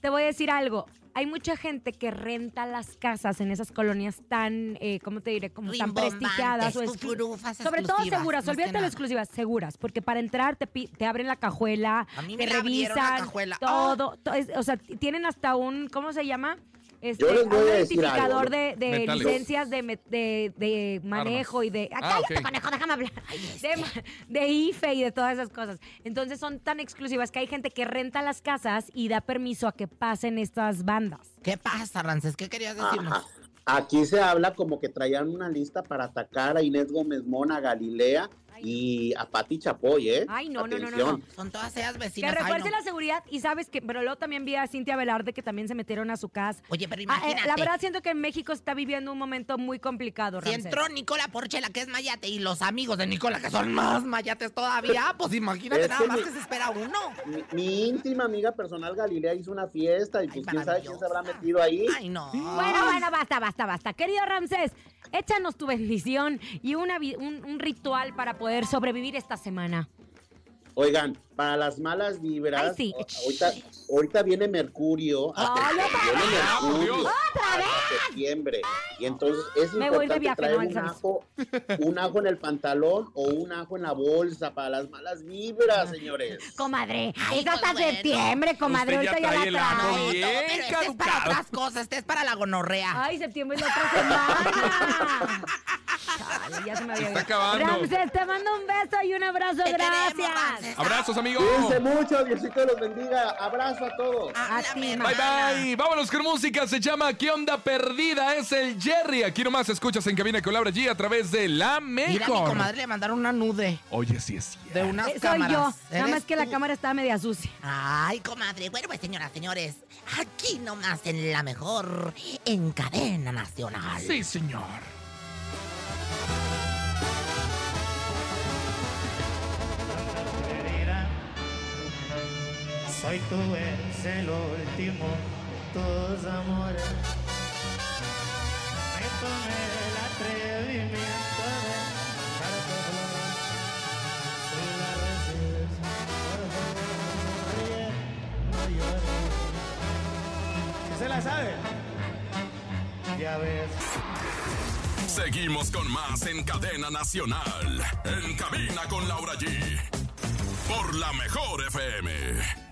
S3: Te voy a decir algo. Hay mucha gente que renta las casas en esas colonias tan, eh, ¿cómo te diré? Como tan
S4: Rimbombantes,
S3: prestigiadas. o exclu-
S4: ufurufas
S3: Sobre todo
S4: exclusivas,
S3: seguras,
S4: más que
S3: olvídate de
S4: nada.
S3: exclusivas, seguras, porque para entrar te, pi- te abren la cajuela,
S4: A mí
S3: te
S4: me abrieron la
S3: revisan,
S4: cajuela. Ah.
S3: todo, to- es- o sea, t- tienen hasta un, ¿cómo se llama? Este,
S10: Yo les voy
S3: un
S10: a decir
S3: identificador
S10: algo.
S3: de, de
S2: Metales.
S3: licencias de, me- de- de manejo y de... ¡Ah,
S2: Ah,
S3: cállate,
S2: ok.
S3: conejo, déjame hablar! De, ma- de IFE y de todas esas cosas. Entonces son tan exclusivas que hay gente que renta las casas y da permiso a que pasen estas bandas.
S4: ¿Qué pasa, Rances? ¿Qué querías decirnos?
S3: Ah,
S10: Ajá. Aquí se habla como que traían una lista para atacar a Inés Gómez Mona, a Galilea y a Pati Chapoy, ¿eh?
S3: Ay, no, no, no, no, no.
S10: Atención.
S4: Son todas ellas
S3: Que
S4: vecinas. Ay,
S3: refuerce
S4: no.
S3: la seguridad y sabes que... Pero luego también vi a Cintia Velarde que también se metieron a su casa.
S4: Oye, pero
S3: Ah, eh,
S4: imagínate.
S3: la verdad siento que México está viviendo un momento muy complicado,
S4: Si
S3: Ramsés.
S4: entró Nicola Porchela, que es mayate, y los amigos de Nicola, que son más mayates todavía, pues imagínate
S10: Es
S4: nada
S10: que
S4: más
S10: mi-
S4: que se espera uno.
S10: Mi, mi íntima amiga personal Galilea hizo una fiesta y pues
S4: Ay,
S10: quién sabe quién se habrá
S4: maravillosa.
S10: metido ahí.
S4: Ay, no.
S3: Bueno, bueno, basta, basta, basta. Querido Ramsés, échanos tu bendición y una vi- un, un ritual para poder sobrevivir esta semana.
S10: Oigan, para las malas
S3: Ay,
S10: vibras,
S3: sí.
S10: o- ahorita, ahorita viene Mercurio.
S3: Ay,
S10: Atención, viene Mercurio
S2: Dios.
S10: para septiembre. Y entonces es
S3: ¡Ah! Me voy de
S10: importante
S3: viaje,
S10: traer
S3: no
S10: un
S3: alzamos.
S10: ajo, un ajo en el pantalón o un ajo en la bolsa para las malas vibras, señores.
S3: Comadre,
S4: Ay,
S3: es hasta
S4: pues bueno.
S3: septiembre, comadre.
S2: Usted ya
S3: Ahorita ya,
S2: trae el
S3: la
S2: ajo
S3: trae.
S2: bien
S4: No, pero este es para
S2: caducado.
S4: otras cosas, este es para la gonorrea.
S3: Ay, septiembre es la otra semana. Chale, ya se me había
S2: Se está
S3: olvidado.
S2: acabando.
S3: Ramsés, te mando un beso y un abrazo.
S4: Te queremos,
S3: gracias.
S4: Ramsés.
S2: Abrazos, amigo.
S10: Cuídense mucho, Diosito los bendiga. Abrazo a todos.
S4: Háblame,
S2: Bye
S4: hermana.
S2: bye. Vámonos con música. Se llama ¿Qué onda perdida? Es el Jerry. Aquí nomás escuchas en cabina con Laura G a través de la
S4: Mira, mi
S2: Mejor.
S4: comadre le mandaron una nude
S2: Oye, sí es cierto.
S4: de unas
S3: Eh, Soy yo.
S4: cámaras.
S3: Nada
S4: ¿Eres
S3: más que la
S4: tú?
S3: cámara estaba media sucia.
S4: Ay, comadre. Bueno, pues, señoras, señores, aquí nomás en la mejor, en cadena nacional.
S2: Sí, señor.
S11: Herrera. Soy tú, eres el último de tus amores. Me tomé el atrevimiento de darte dolor. Solo a veces, por favor, sonríe, no llores. ¿Sí se la sabe? Ya ves.
S1: Seguimos con más en Cadena Nacional. En cabina con Laura G. Por la mejor FM.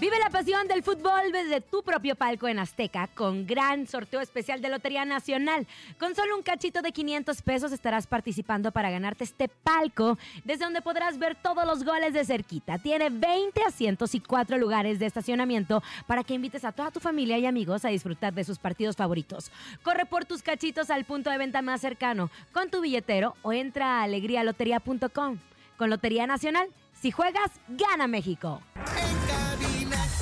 S3: Vive la pasión del fútbol desde tu propio palco en Azteca con gran sorteo especial de Lotería Nacional. Con solo un cachito de 500 pesos estarás participando para ganarte este palco desde donde podrás ver todos los goles de cerquita. Tiene 20 asientos y 4 lugares de estacionamiento para que invites a toda tu familia y amigos a disfrutar de sus partidos favoritos. Corre por tus cachitos al punto de venta más cercano con tu billetero o entra a alegrialotería.com. Con Lotería Nacional, si juegas, gana México.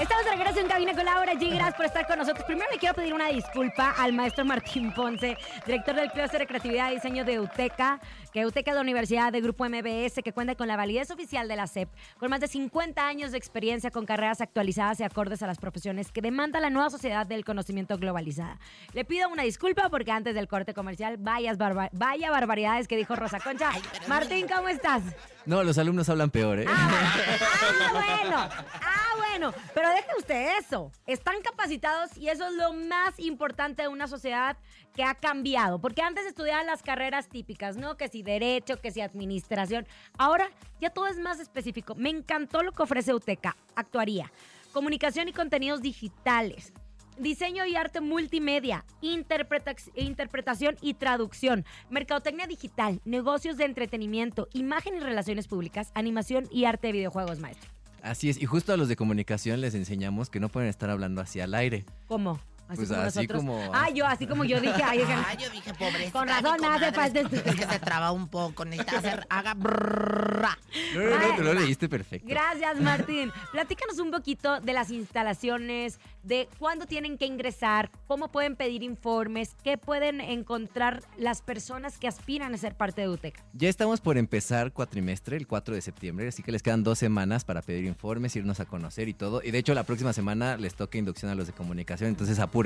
S3: Estamos de regreso en cabina con Laura G. Gracias por estar con nosotros. Primero le quiero pedir una disculpa al maestro Martín Ponce, director del Cluster de Creatividad y Diseño de UTECA, que UTECA es la Universidad de Grupo MBS, que cuenta con la validez oficial de la SEP, con más de 50 años de experiencia con carreras actualizadas y acordes a las profesiones que demanda la nueva sociedad del conocimiento globalizada. Le pido una disculpa porque antes del corte comercial, vayas barba- vaya barbaridades que dijo Rosa Concha. Martín, ¿cómo estás?
S2: No, los alumnos hablan peor, ¿eh?
S3: Ah, bueno. Ah, bueno. Pero deje usted eso. Están capacitados y eso es lo más importante de una sociedad que ha cambiado. Porque antes estudiaban las carreras típicas, ¿no? Que si derecho, que si administración. Ahora ya todo es más específico. Me encantó lo que ofrece UTECA. Actuaría. Comunicación y contenidos digitales. Diseño y arte multimedia, interpretax- interpretación y traducción, mercadotecnia digital, negocios de entretenimiento, imagen y relaciones públicas, animación y arte de videojuegos, maestro.
S2: Así es. Y justo a los de comunicación les enseñamos que no pueden estar hablando así al aire.
S3: ¿Cómo? Así
S2: Pues
S3: como
S2: así
S3: nosotros.
S2: como-
S3: Ah, yo, así como yo dije. Ay, dije,
S4: Ah, yo dije, pobrecita.
S3: Con razón,
S4: mi
S3: me hace
S4: comadre.
S3: falta
S4: Es que se traba un poco. Necesita hacer. Haga. brrrra.
S2: No, no, no, tú lo leíste perfecto.
S3: Gracias, Martín. Platícanos un poquito de las instalaciones, de cuándo tienen que ingresar, cómo pueden pedir informes, qué pueden encontrar las personas que aspiran a ser parte de UTECA.
S2: Ya estamos por empezar cuatrimestre, el 4 de septiembre, así que les quedan dos semanas para pedir informes, irnos a conocer y todo. Y de hecho, la próxima semana les toca inducción a los de comunicación, entonces apúrenle.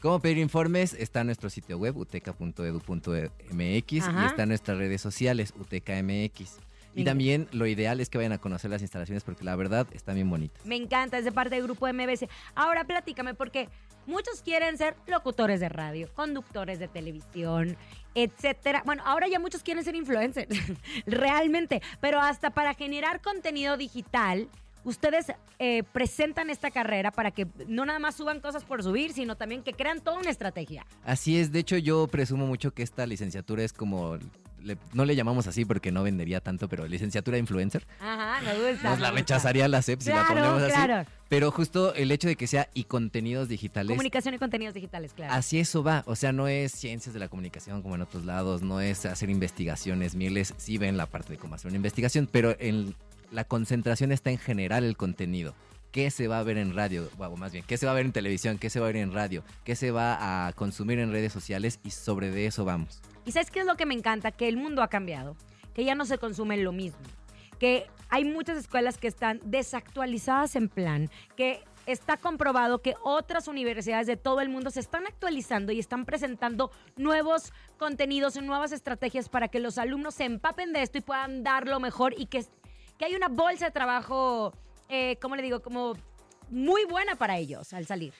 S2: ¿Cómo pedir informes? Está en nuestro sitio web, uteca.edu.mx,
S12: Ajá.
S2: y están nuestras redes sociales, utecamx. Y
S3: Venga.
S2: también lo ideal es que vayan a conocer las instalaciones porque la verdad están bien bonitas.
S3: Me encanta, es de parte del grupo MBC. Ahora platícame, porque muchos quieren ser locutores de radio, conductores de televisión, etcétera. Bueno, ahora ya muchos quieren ser influencers, realmente. Pero hasta para generar contenido digital, ustedes eh, presentan esta carrera para que no nada más suban cosas por subir, sino también que crean toda una estrategia.
S2: Así es, de hecho yo presumo mucho que esta licenciatura es como, le- no le llamamos así porque no vendería tanto, pero licenciatura influencer.
S3: Ajá, me gusta.
S2: Nos la
S3: me gusta.
S2: rechazaría la CEP si
S3: Claro,
S2: la ponemos así.
S3: claro.
S2: Pero justo el hecho de que sea y contenidos digitales.
S3: Comunicación y contenidos digitales, claro.
S2: Así eso va, o sea, no es ciencias de la comunicación como en otros lados, no es hacer investigaciones miles, sí ven la parte de cómo hacer una investigación, pero el- la concentración está en general el contenido. ¿Qué se va a ver en radio? O más bien, ¿qué se va a ver en televisión? ¿Qué se va a ver en radio? ¿Qué se va a consumir en redes sociales? Y sobre de eso vamos.
S3: ¿Y sabes qué es lo que me encanta? Que el mundo ha cambiado, que ya no se consume lo mismo, que hay muchas escuelas que están desactualizadas en plan, que está comprobado que otras universidades de todo el mundo se están actualizando y están presentando nuevos contenidos, nuevas estrategias para que los alumnos se empapen de esto y puedan dar lo mejor y que, que hay una bolsa de trabajo, eh, ¿cómo le digo? Como muy buena para ellos al salir.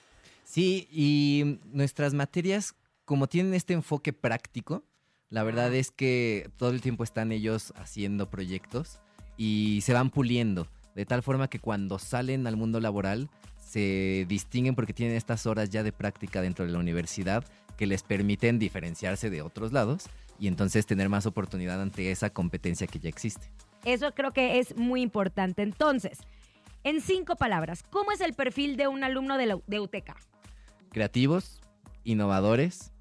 S2: Sí, y nuestras materias, como tienen este enfoque práctico, la verdad es que todo el tiempo están ellos haciendo proyectos y se van puliendo, de tal forma que cuando salen al mundo laboral se distinguen porque tienen estas horas ya de práctica dentro de la universidad que les permiten diferenciarse de otros lados y entonces tener más oportunidad ante esa competencia que ya existe.
S3: Eso creo que es muy importante. Entonces, en cinco palabras, ¿cómo es el perfil de un alumno de, la, de UTECA?
S2: Creativos, innovadores,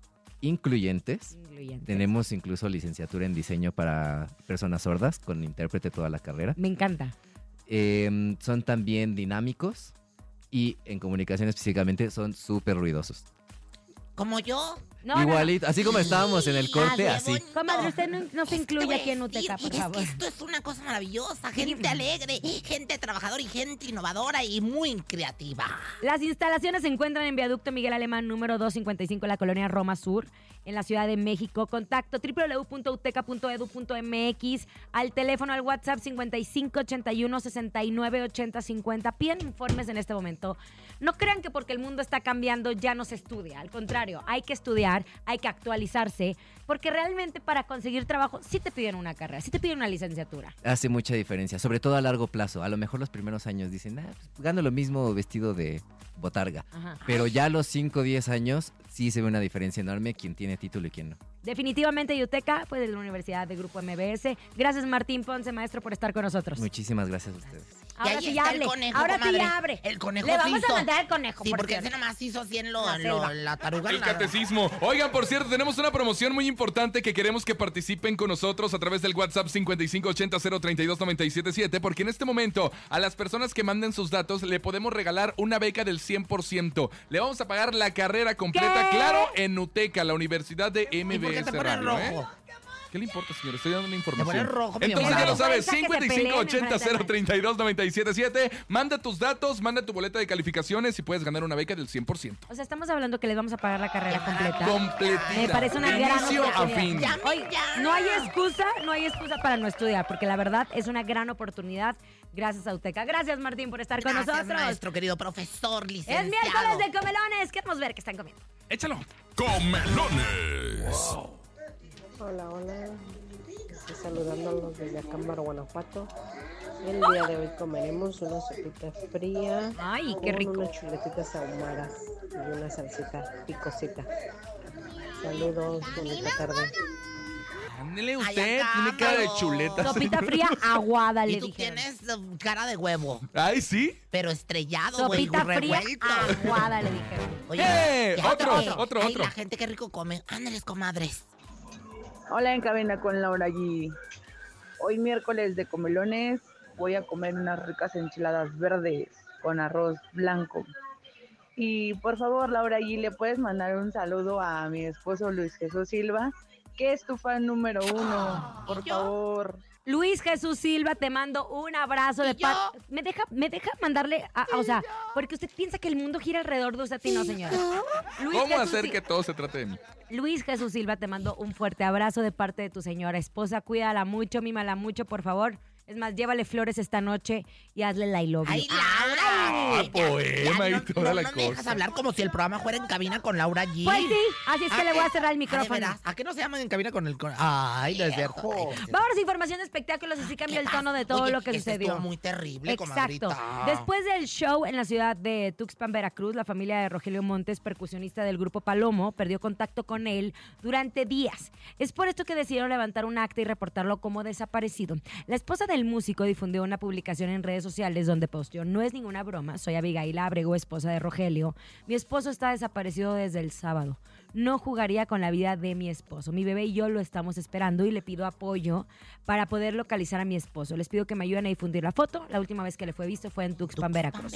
S2: incluyentes.
S3: Incluyentes.
S2: Tenemos incluso licenciatura en diseño para personas sordas con intérprete toda la carrera.
S3: Me encanta.
S2: Eh, son también dinámicos y en comunicación específicamente son súper ruidosos.
S4: Como yo.
S2: Igualito, así como estábamos en el corte, así.
S3: Comadre, usted no, no se incluye
S4: voy a
S3: aquí en UTECA, por favor.
S4: Este Es que esto es una cosa maravillosa. Gente alegre, gente trabajadora y gente innovadora y muy creativa.
S3: Las instalaciones se encuentran en Viaducto Miguel Alemán número 255, la colonia Roma Sur, en la Ciudad de México. Contacto www.uteca.edu.mx, al teléfono, al WhatsApp 5581 50. Piden informes en este momento. No crean que porque el mundo está cambiando ya no se estudia. Al contrario, hay que estudiar, hay que actualizarse, porque realmente para conseguir trabajo sí te piden una carrera, sí te piden una licenciatura.
S2: Hace mucha diferencia, sobre todo a largo plazo. A lo mejor los primeros años dicen, ah, pues, gano lo mismo vestido de botarga.
S3: Ajá.
S2: Pero ya a los 5 o 10 años sí se ve una diferencia enorme quién tiene título y quién no.
S3: Definitivamente Yuteca, pues de la Universidad de Grupo MBS. Gracias Martín Ponce, maestro, por estar con nosotros.
S2: Muchísimas gracias a ustedes.
S4: Y
S3: Ahora
S4: ahí
S3: sí
S4: está el
S3: abre.
S4: conejo,
S3: Ahora sí
S4: comadre.
S3: abre.
S4: El conejo
S3: Le
S4: sí
S3: vamos
S4: hizo.
S3: a mandar el conejo.
S4: Sí,
S3: por
S4: porque ese
S3: cierto.
S4: nomás hizo así en lo,
S3: La
S4: en lo-
S3: selva.
S4: la taruga.
S2: El
S4: nada más.
S2: catecismo. Oigan, por cierto, tenemos una promoción muy importante que queremos que participen con nosotros a través del WhatsApp 5580032977, porque en este momento a las personas que manden sus datos le podemos regalar una beca del 100%. Le vamos a pagar la carrera completa,
S4: ¿Qué?
S2: claro, en UTECA, la Universidad de MBS
S4: por qué te pones
S2: Radio, ¿eh?
S4: rojo?
S2: ¿Qué le importa, señor? Estoy dando una información.
S4: pones rojo, mi
S2: Entonces ya
S4: amor.
S2: lo sabes,
S4: Deja que te peleen enfrente de
S2: 5580032977. Manda tus datos, manda tu boleta de calificaciones y puedes ganar una beca del 100%.
S3: O sea, estamos hablando que les vamos a pagar la carrera completa.
S2: Completita.
S3: Me parece una
S2: De
S3: gran
S2: inicio a
S3: oportunidad.
S2: fin. Ya,
S3: Oye, no hay excusa, no hay excusa para no estudiar, porque la verdad es una gran oportunidad. Gracias a Uteca. Gracias, Martín, por estar con
S4: Gracias,
S3: nosotros.
S4: maestro, querido profesor,
S3: Es
S4: licenciado.
S3: miércoles de comelones. Queremos ver qué están comiendo.
S2: Échalo.
S1: Comelones.
S13: Hola, hola. Estoy saludándolos desde Acámbaro, Guanajuato. El día de hoy comeremos una sopita fría.
S3: Ay, qué
S13: con
S3: rico.
S13: Unas chuletitas ahumadas y una salsita picosita. Saludos, bonita tarde.
S2: Ándele usted, tiene cara de chuleta.
S3: Sopita
S2: señor.
S3: fría aguada,
S4: Y
S3: le
S4: tú
S3: dije.
S4: tienes eh, cara de huevo,
S2: Ay, sí.
S4: pero estrellado, güey,
S3: Sopita fría Ah,
S4: revuelto.
S3: aguada, le dije.
S4: Oye,
S2: ¡Eh!
S4: fíjate
S2: Otro,
S4: que-
S2: otro,
S4: ay,
S2: otro.
S4: la gente qué rico come. Ándeles, comadres.
S14: Hola, en cabina con Laura G. Hoy miércoles de comelones voy a comer unas ricas enchiladas verdes con arroz blanco. Y por favor, Laura G, le puedes mandar un saludo a mi esposo Luis Jesús Silva, que es tu fan número uno. Por favor.
S3: Luis Jesús Silva, te mando un abrazo de paz. Me deja, me deja mandarle, a- a- o sea, porque usted piensa que el mundo gira alrededor de usted y no, señora. Luis
S2: ¿Cómo
S3: Jesús
S2: hacer
S3: Sil-
S2: que todo se trate de mí?
S3: Luis Jesús Silva, te mando un fuerte abrazo de parte de tu señora esposa. Cuídala mucho, mímala mucho, por favor. Es más, llévale flores esta noche y hazle la I love you.
S4: Laura!
S2: Ah, poema y toda
S4: no,
S2: la
S4: no me dejas
S2: cosa.
S4: hablar como si el programa fuera en cabina con Laura G.
S3: Pues sí, así es que
S4: Ah,
S3: le voy a
S4: eh,
S3: cerrar el
S4: ah, de
S3: micrófono.
S4: veras, ¿A qué no se llaman en cabina con el... con- Ay, no es cierto.
S3: Vámonos a información de espectáculos, así cambio el tono de todo
S4: Oye,
S3: lo que
S4: ese
S3: sucedió.
S4: estuvo muy terrible,
S3: Exacto.
S4: comadrita.
S3: Después del show en la ciudad de Tuxpan, Veracruz, la familia de Rogelio Montes, percusionista del grupo Palomo, perdió contacto con él durante días. Es por esto que decidieron levantar un acta y reportarlo como desaparecido. La esposa del músico difundió una publicación en redes sociales donde posteó, no es ninguna broma, soy Abigail Abrego, esposa de Rogelio. Mi esposo está desaparecido desde el sábado. No jugaría con la vida de mi esposo. Mi bebé y yo lo estamos esperando y le pido apoyo para poder localizar a mi esposo. Les pido que me ayuden a difundir la foto. La última vez que le fue visto fue en Tuxpan, Veracruz.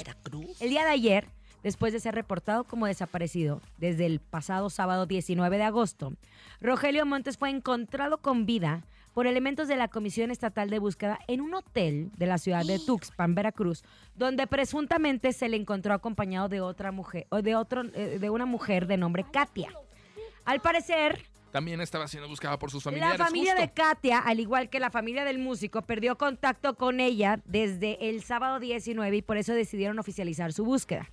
S3: El día de ayer, después de ser reportado como desaparecido desde el pasado sábado 19 de agosto, Rogelio Montes fue encontrado con vida por elementos de la Comisión Estatal de Búsqueda en un hotel de la ciudad de Tuxpan, Veracruz, donde presuntamente se le encontró acompañado de otra mujer o de otro eh, de una mujer de nombre Katia. Al parecer,
S2: También estaba siendo buscada por sus
S3: la
S2: familiares.
S3: familia
S2: justo.
S3: de Katia, al igual que la familia del músico, perdió contacto con ella desde el sábado 19 y por eso decidieron oficializar su búsqueda.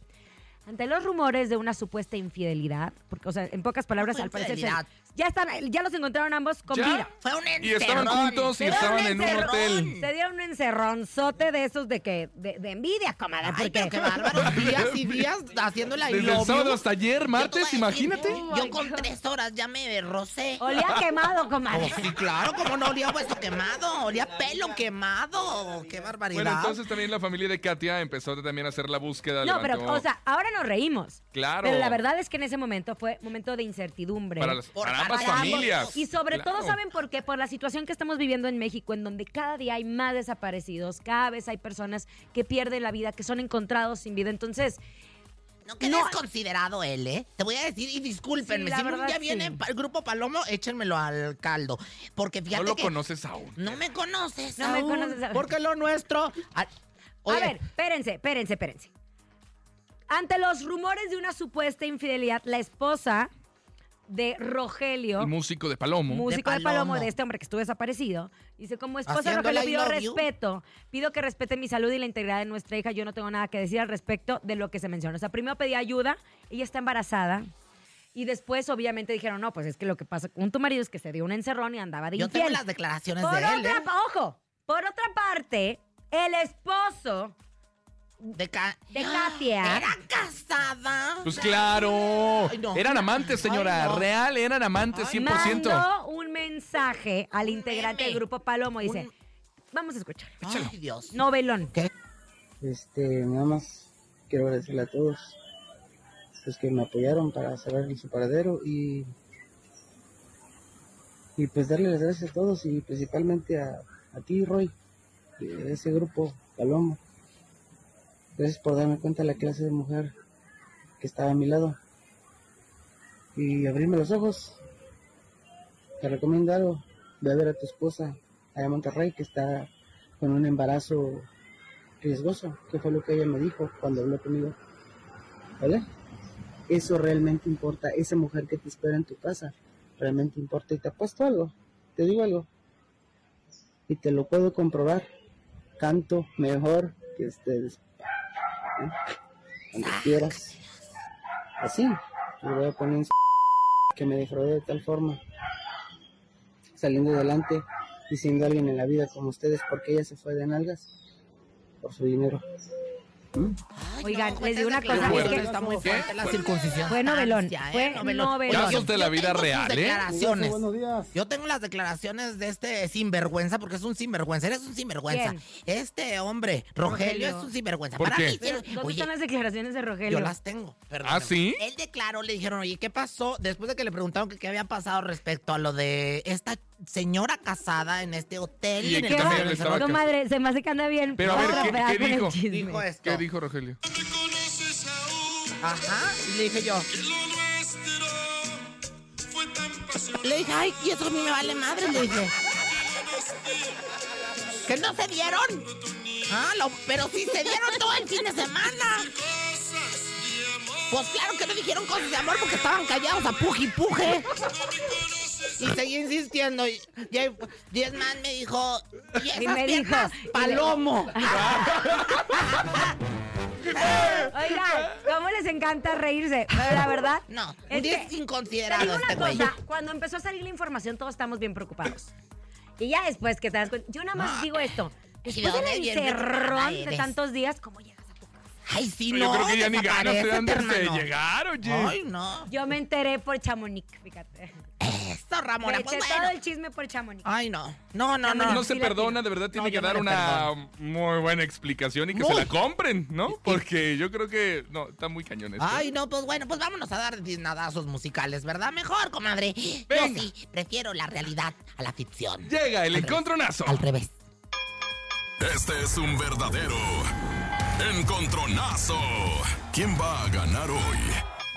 S3: Ante los rumores de una supuesta infidelidad, porque, o sea, en pocas palabras,
S4: Fue
S3: al parecer, se-
S4: infidelidad.
S3: ya, están, ya los encontraron ambos con
S2: ¿Ya?
S3: vida.
S4: Fue un
S2: Y estaban
S4: encerrón.
S2: juntos y
S4: Pero
S2: estaban
S4: un
S2: en un
S4: encerrón.
S2: hotel.
S3: Se dieron un encerronzote de esos de que de, de envidia, comadre.
S4: Ay,
S3: porque-
S4: pero qué bárbaro. Días y días haciendo la I
S2: Desde
S4: love
S2: el
S4: you.
S2: sábado hasta ayer,
S4: Yo
S2: martes,
S4: te voy a decir,
S2: imagínate.
S3: ¿eh?
S4: Yo con tres horas ya me rocé.
S3: oh Olía quemado, comadre.
S4: Oh, sí, claro, como no olía hueso quemado, olía pelo quemado. Qué barbaridad.
S2: Bueno, entonces también la familia de Katia empezó también a hacer la búsqueda.
S3: No, pero,
S2: levantó-
S3: o sea, ahora nos reímos.
S2: Claro.
S3: Pero la verdad es que en ese momento fue momento de incertidumbre.
S2: Para las- Por para ambas
S3: ambos.
S2: familias.
S3: Y sobre
S2: Claro.
S3: todo, ¿saben por qué? Por la situación que estamos viviendo en México, en donde cada día hay más desaparecidos, cada vez hay personas que pierden la vida, que son encontrados sin vida. Entonces,
S4: No, qué desconsiderado él, ¿eh? Te voy a decir, y
S3: Sí,
S4: discúlpenme,
S3: la
S4: si
S3: verdad,
S4: un día
S3: sí.
S4: viene pa- el grupo Palomo, échenmelo al caldo. Porque
S2: no
S4: fíjate
S2: lo
S4: que
S2: conoces aún.
S4: No me conoces
S3: No me
S4: aún,
S3: conoces aún.
S4: Porque lo nuestro... Ah, oye,
S3: a ver, espérense, espérense, espérense. Ante los rumores de una supuesta infidelidad, la esposa de Rogelio.
S2: El músico de Palomo.
S3: músico de Palomo. de este hombre que estuvo desaparecido, dice, como esposa de
S4: Haciendo
S3: Rogelio
S4: la I
S3: pido
S4: love you.
S3: respeto, pido que respeten mi salud y la integridad de nuestra hija, yo no tengo nada que decir al respecto de lo que se menciona. O sea, primero pedí ayuda, ella está embarazada, y después obviamente dijeron, no, pues es que lo que pasa con tu marido es que se dio un encerrón y andaba de
S4: yo
S3: infiel.
S4: tengo las declaraciones
S3: por
S4: de él,
S3: otra,
S4: ¿eh?
S3: pa- ojo, por otra parte, el esposo
S4: De, Ca-
S3: de Katia...
S4: Era casada.
S2: Pues claro.
S4: Ay, no.
S2: Eran amantes, señora.
S4: Ay, no.
S2: Real, eran amantes, 100%.
S3: Mandó un mensaje al integrante
S4: meme.
S3: del grupo Palomo. Dice, vamos a escuchar.
S4: Ay, Dios.
S3: Novelón.
S15: Este, nada más quiero agradecerle a todos los que me apoyaron para saber su paradero y, y pues darle las gracias a todos y principalmente a, a ti, Roy, de ese grupo, Paloma. Gracias por darme cuenta de la clase de mujer que estaba a mi lado y abrirme los ojos. Te recomiendo algo, ve a ver a tu esposa allá en Monterrey que está con un embarazo riesgoso, que fue lo que ella me dijo cuando habló conmigo. ¿Vale? Eso realmente importa, esa mujer que te espera en tu casa, realmente importa. Y te apuesto algo, te digo algo, y te lo puedo comprobar. Canto mejor que ustedes. ¿Eh? Cuando quieras. Así, me voy a poner un que me defraudó de tal forma, saliendo adelante y siendo alguien en la vida como ustedes, porque ella se fue de nalgas por su dinero. ¿Mm?
S3: Oigan, les digo una
S4: Fuertes
S3: cosa.
S4: declaraciones,
S3: es que-
S4: está muy fuerte la circuncisión.
S3: Fue novelón.
S4: Ya, ¿eh?
S3: Fue
S4: Novelón.
S3: novelón.
S2: Casos de la vida
S4: Tengo sus
S2: real, ¿eh?
S4: declaraciones. Yo tengo las declaraciones de este sinvergüenza, porque es un sinvergüenza. Eres un sinvergüenza.
S3: ¿Quién?
S4: Este hombre, Rogelio,
S3: Rogelio.
S4: es un sinvergüenza.
S2: ¿Por
S4: Para
S2: qué?
S4: mí,
S3: Pero,
S4: sí,
S3: ¿Dónde
S4: oye,
S3: están las declaraciones de Rogelio?
S4: yo las tengo.
S2: ¿Ah, sí?
S4: Él declaró, le dijeron, oye, ¿qué pasó? Después de que le preguntaron que qué había pasado respecto a lo de esta señora casada en este hotel.
S2: Y
S4: en
S2: en
S4: el
S2: qué
S4: que
S2: hotel
S4: se
S2: estaba
S4: reservó.
S3: No, madre, se me hace que anda bien.
S2: Pero a ver, ¿qué-
S3: atrapada
S2: ¿qué,
S3: con el
S2: dijo?
S3: chisme.
S2: ¿Qué dijo Rogelio?
S4: Ajá, y le dije yo. Le dije, ay, y eso a mí me vale madre, le dije. ¿Que no se dieron? Ah, lo- pero sí se dieron todo el fin de semana. Pues claro que no dijeron cosas de amor porque estaban callados a puji puje. Y seguí insistiendo. Y, y ahí fue- y es más, me dijo, y esas
S3: Y me dijo,
S4: piernas,
S3: y me-
S4: palomo.
S3: Oigan, ¿cómo les encanta reírse? Pero la verdad.
S4: No,
S3: es
S4: un es
S3: que-
S4: inconsiderado
S3: te digo una
S4: este güey.
S3: cosa, cuando empezó a salir la información, todos estamos bien preocupados. Y ya después que te das cuenta. Yo nada más digo esto. Después
S4: dónde
S3: del
S4: bien preocupada
S3: encerrón de
S4: eres?
S3: tantos días, ¿cómo llegas?
S4: Ay, sí,
S2: Yo
S4: no.
S2: creo que ya ni ganas te dan de
S4: desaparécete, hermano.
S2: llegar, oye.
S4: Ay, no.
S3: Yo me enteré por Chamonix, fíjate.
S4: Esto, Ramona,
S3: Me
S4: pues
S3: eché
S4: bueno.
S3: todo el chisme por Chamonix.
S4: Ay, no. No, no, no.
S2: No se perdona, de verdad tiene
S4: yo
S2: que
S4: no
S2: dar
S4: le
S2: una muy buena explicación y que se
S4: Muy.
S2: la compren, ¿no? Porque yo creo que no, está muy cañón esto.
S4: Ay, no, pues bueno, pues vámonos a dar disnadazos musicales, ¿verdad? Mejor, comadre. Yo sí, prefiero la realidad a la ficción.
S2: Llega el encontronazo.
S4: Al revés.
S1: Este es un verdadero encontronazo. ¿Quién va a ganar hoy?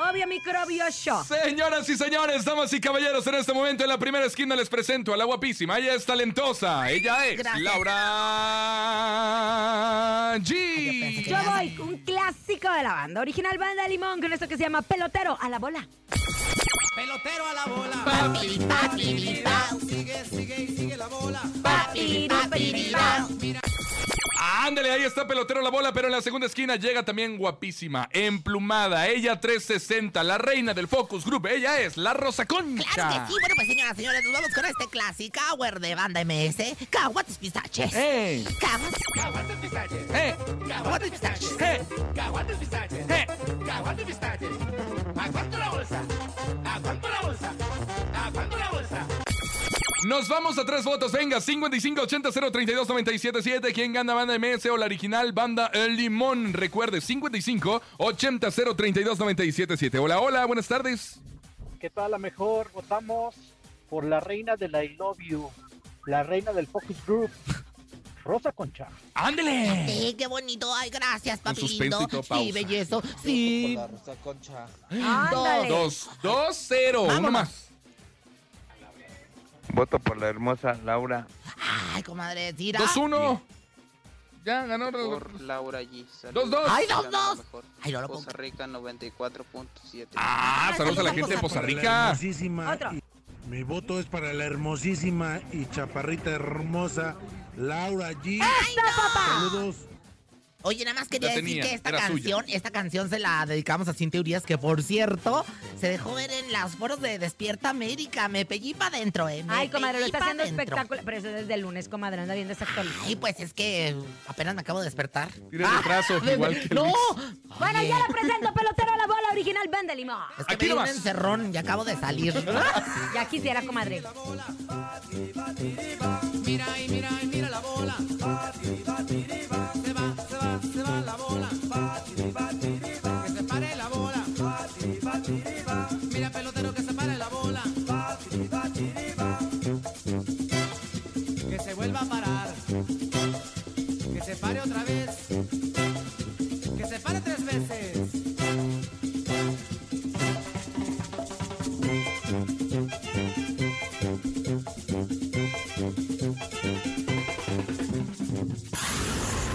S3: Obvio microbio show.
S2: Señoras y señores, damas y caballeros, en este momento en la primera esquina les presento a la guapísima. Ella es talentosa. Ella es
S3: Gracias.
S2: Laura G.
S3: Yo voy con un clásico de la banda original Banda Limón con esto que se llama Pelotero a la bola.
S6: Pelotero a la bola. Papi, papi, Sigue, sigue y sigue la bola. Papi, papi,
S2: Ándale, ahí está pelotero la bola, pero en la segunda esquina llega también guapísima, emplumada, ella 360, la reina del Focus Group, ella es la Rosa Concha.
S4: Claro que sí. Bueno, pues señoras, señores, nos vamos con este clásico hour de banda MS. Caguates pistaches.
S2: ¡Ey!
S4: Caguates.
S6: Caguates pistaches.
S2: ¡Eh!
S6: Caguates pistaches. Caguates pistaches. Caguates pistaches. Aguanto la bolsa. Aguanto la bolsa. Aguanto la bolsa.
S2: Nos vamos a tres votos, venga, 5580-032-977, ¿quién gana banda MS o la original banda El Limón? Recuerde, 5580-032-977. Hola, hola, buenas tardes.
S16: ¿Qué tal? A mejor votamos por la reina de la I Love You, la reina del Focus Group, Rosa Concha.
S2: ¡Ándele!
S4: Sí, Eh, qué bonito. Ay, gracias, papi
S2: suspenso y
S4: lindo.
S2: todo,
S4: Sí,
S2: pausa.
S4: bellezo. Sí.
S16: Rosa Concha.
S4: Ándale.
S2: Dos, dos, cero, uno
S4: Vámonos.
S2: más.
S17: Voto por la hermosa Laura.
S4: Ay, comadre, tira.
S2: Dos, uno. Ya ganó.
S18: Por Laura G.
S2: Dos, dos. ¡Ay, dos, dos!
S18: Ay, no lo Costa Rica 94.7.
S2: Ah, saludos a la gente de Poza Rica.
S3: Otro.
S19: Mi voto es para la hermosísima y chaparrita hermosa Laura G. Saludos.
S4: Oye, nada más quería
S19: La
S4: decir
S19: tenía,
S4: que esta
S19: era
S4: canción,
S19: suya.
S4: esta canción se la dedicamos a Cintia Urias, que por cierto, se dejó ver en las foros de Despierta América. Me pellí para adentro, ¿eh? Me
S3: Ay, comadre, lo
S4: pellí
S3: está
S4: pa'
S3: haciendo
S4: dentro.
S3: espectacular. Pero eso es desde el lunes, comadre, anda bien desactualizado.
S4: Ay, pues es que apenas me acabo de despertar. Ah,
S2: Tiene retraso, igual que
S4: ¡No!
S2: Luis.
S3: Bueno, ya la presento, pelotero a la bola original Banda Limón.
S4: Es que me dio un encerrón y acabo de salir.
S2: Ah,
S3: Ya quisiera, comadre.
S6: Mira y mira y mira la bola. Va, tiri, va, tiri, va. Se va, se va, se va se para tres veces.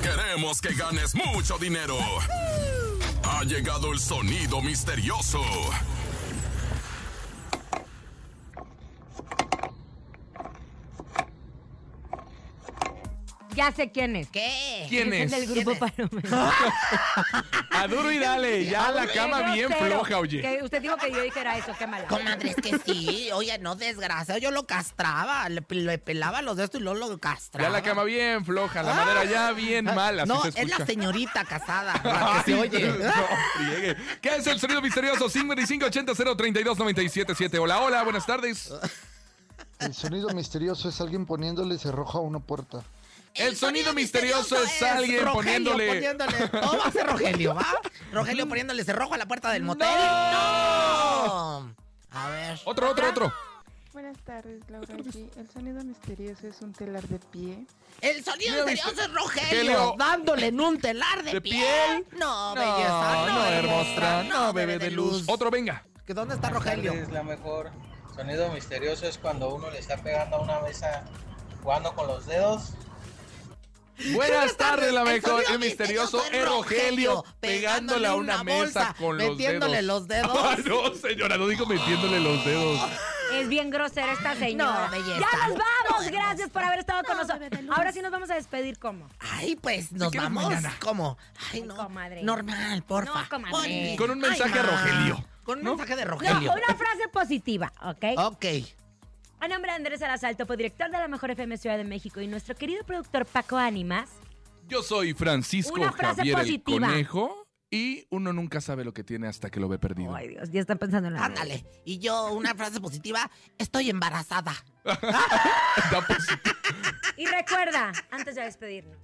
S1: Queremos que ganes mucho dinero. Ha llegado el sonido misterioso.
S3: Ya sé quién es.
S4: ¿Qué?
S2: ¿Quién
S3: es?
S2: es?
S3: el del grupo Palomero.
S2: A duro y dale, ya la cama
S3: Qué
S2: bien
S3: grosero.
S2: floja, oye.
S3: Que usted dijo que yo dijera eso, qué mala.
S4: Comadre, es que sí. Oye, no desgraciado. Yo lo castraba. Le, le pelaba los dedos y luego lo castraba.
S2: Ya la cama bien floja, la madera ya bien mala.
S4: ah. No,
S2: si se
S4: es la
S2: escucha.
S4: señorita casada. la que se
S2: Ay,
S4: oye.
S2: no, friegue. ¿Qué es el sonido misterioso? 5580 032 977. Hola, hola, buenas tardes.
S20: El sonido misterioso es alguien poniéndole cerrojo a una puerta.
S2: El, sonido, misterioso, es alguien
S4: Rogelio
S2: poniéndole. Mm.
S4: poniéndole- No, va a ser Rogelio, ¿va? Rogelio poniéndole cerrojo a la puerta del motel. ¡No! A ver.
S2: Otro, otro, otro.
S21: Buenas tardes, Laura. G. El sonido misterioso es un telar de pie.
S4: El sonido
S21: Mira,
S4: misterioso es Rogelio
S21: Rogelio.
S4: dándole en un telar de,
S21: ¿De
S4: piel. No, belleza, no, hermosa, no, bebé de luz.
S2: Otro, venga.
S4: ¿Que ¿Dónde está Rogelio?
S22: Es la mejor. Sonido misterioso es cuando uno le está pegando a una mesa jugando con los dedos.
S2: Buenas tardes, la
S22: El
S2: mejor.
S22: sonido
S2: El misterioso
S22: misterioso
S2: es
S22: es
S2: Rogelio
S22: Rogelio
S2: pegándole a una mesa
S3: bolsa,
S2: con los dedos.
S3: metiéndole los dedos.
S2: Ay, no, señora, no digo metiéndole los dedos.
S3: Es bien grosera esta señora.
S4: No, belleza.
S3: Ya nos vamos. Gracias por haber estado con nosotros. Ahora sí nos vamos a despedir como.
S4: Ay, pues nos vamos. ¿Cómo? Ay,
S3: no. Comadre.
S4: Normal, porfa.
S3: No, comadre.
S4: Con un mensaje a Rogelio. Con un mensaje
S2: Oh,
S4: de Rogelio.
S3: No, una frase positiva, ¿ok?
S4: Ok.
S3: A nombre de Andrés Salazar, topo director de la Mejor FM Ciudad de México y nuestro querido productor Paco Ánimas.
S2: Yo soy Francisco
S3: Una frase
S2: Javier
S3: positiva.
S2: el Conejo y uno nunca sabe lo que tiene hasta que lo ve perdido.
S3: Ay, Dios, ya están pensando en la
S4: Ándale. Y yo, una frase positiva, estoy embarazada.
S3: Y recuerda, antes de despedirnos,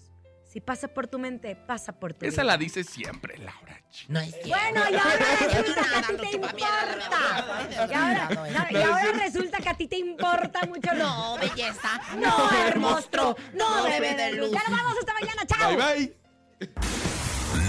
S3: si pasa por tu mente, pasa por tu
S2: Esa
S3: vida.
S2: la dice siempre, Laura.
S4: No es
S3: Bueno, y ahora resulta que a ti te importa. Y ahora, no, y ahora resulta que a ti te importa mucho.
S4: No, belleza.
S3: No,
S4: hermoso.
S3: No, bebé de luz. Ya nos vamos hasta mañana. Chao.
S1: Bye, bye.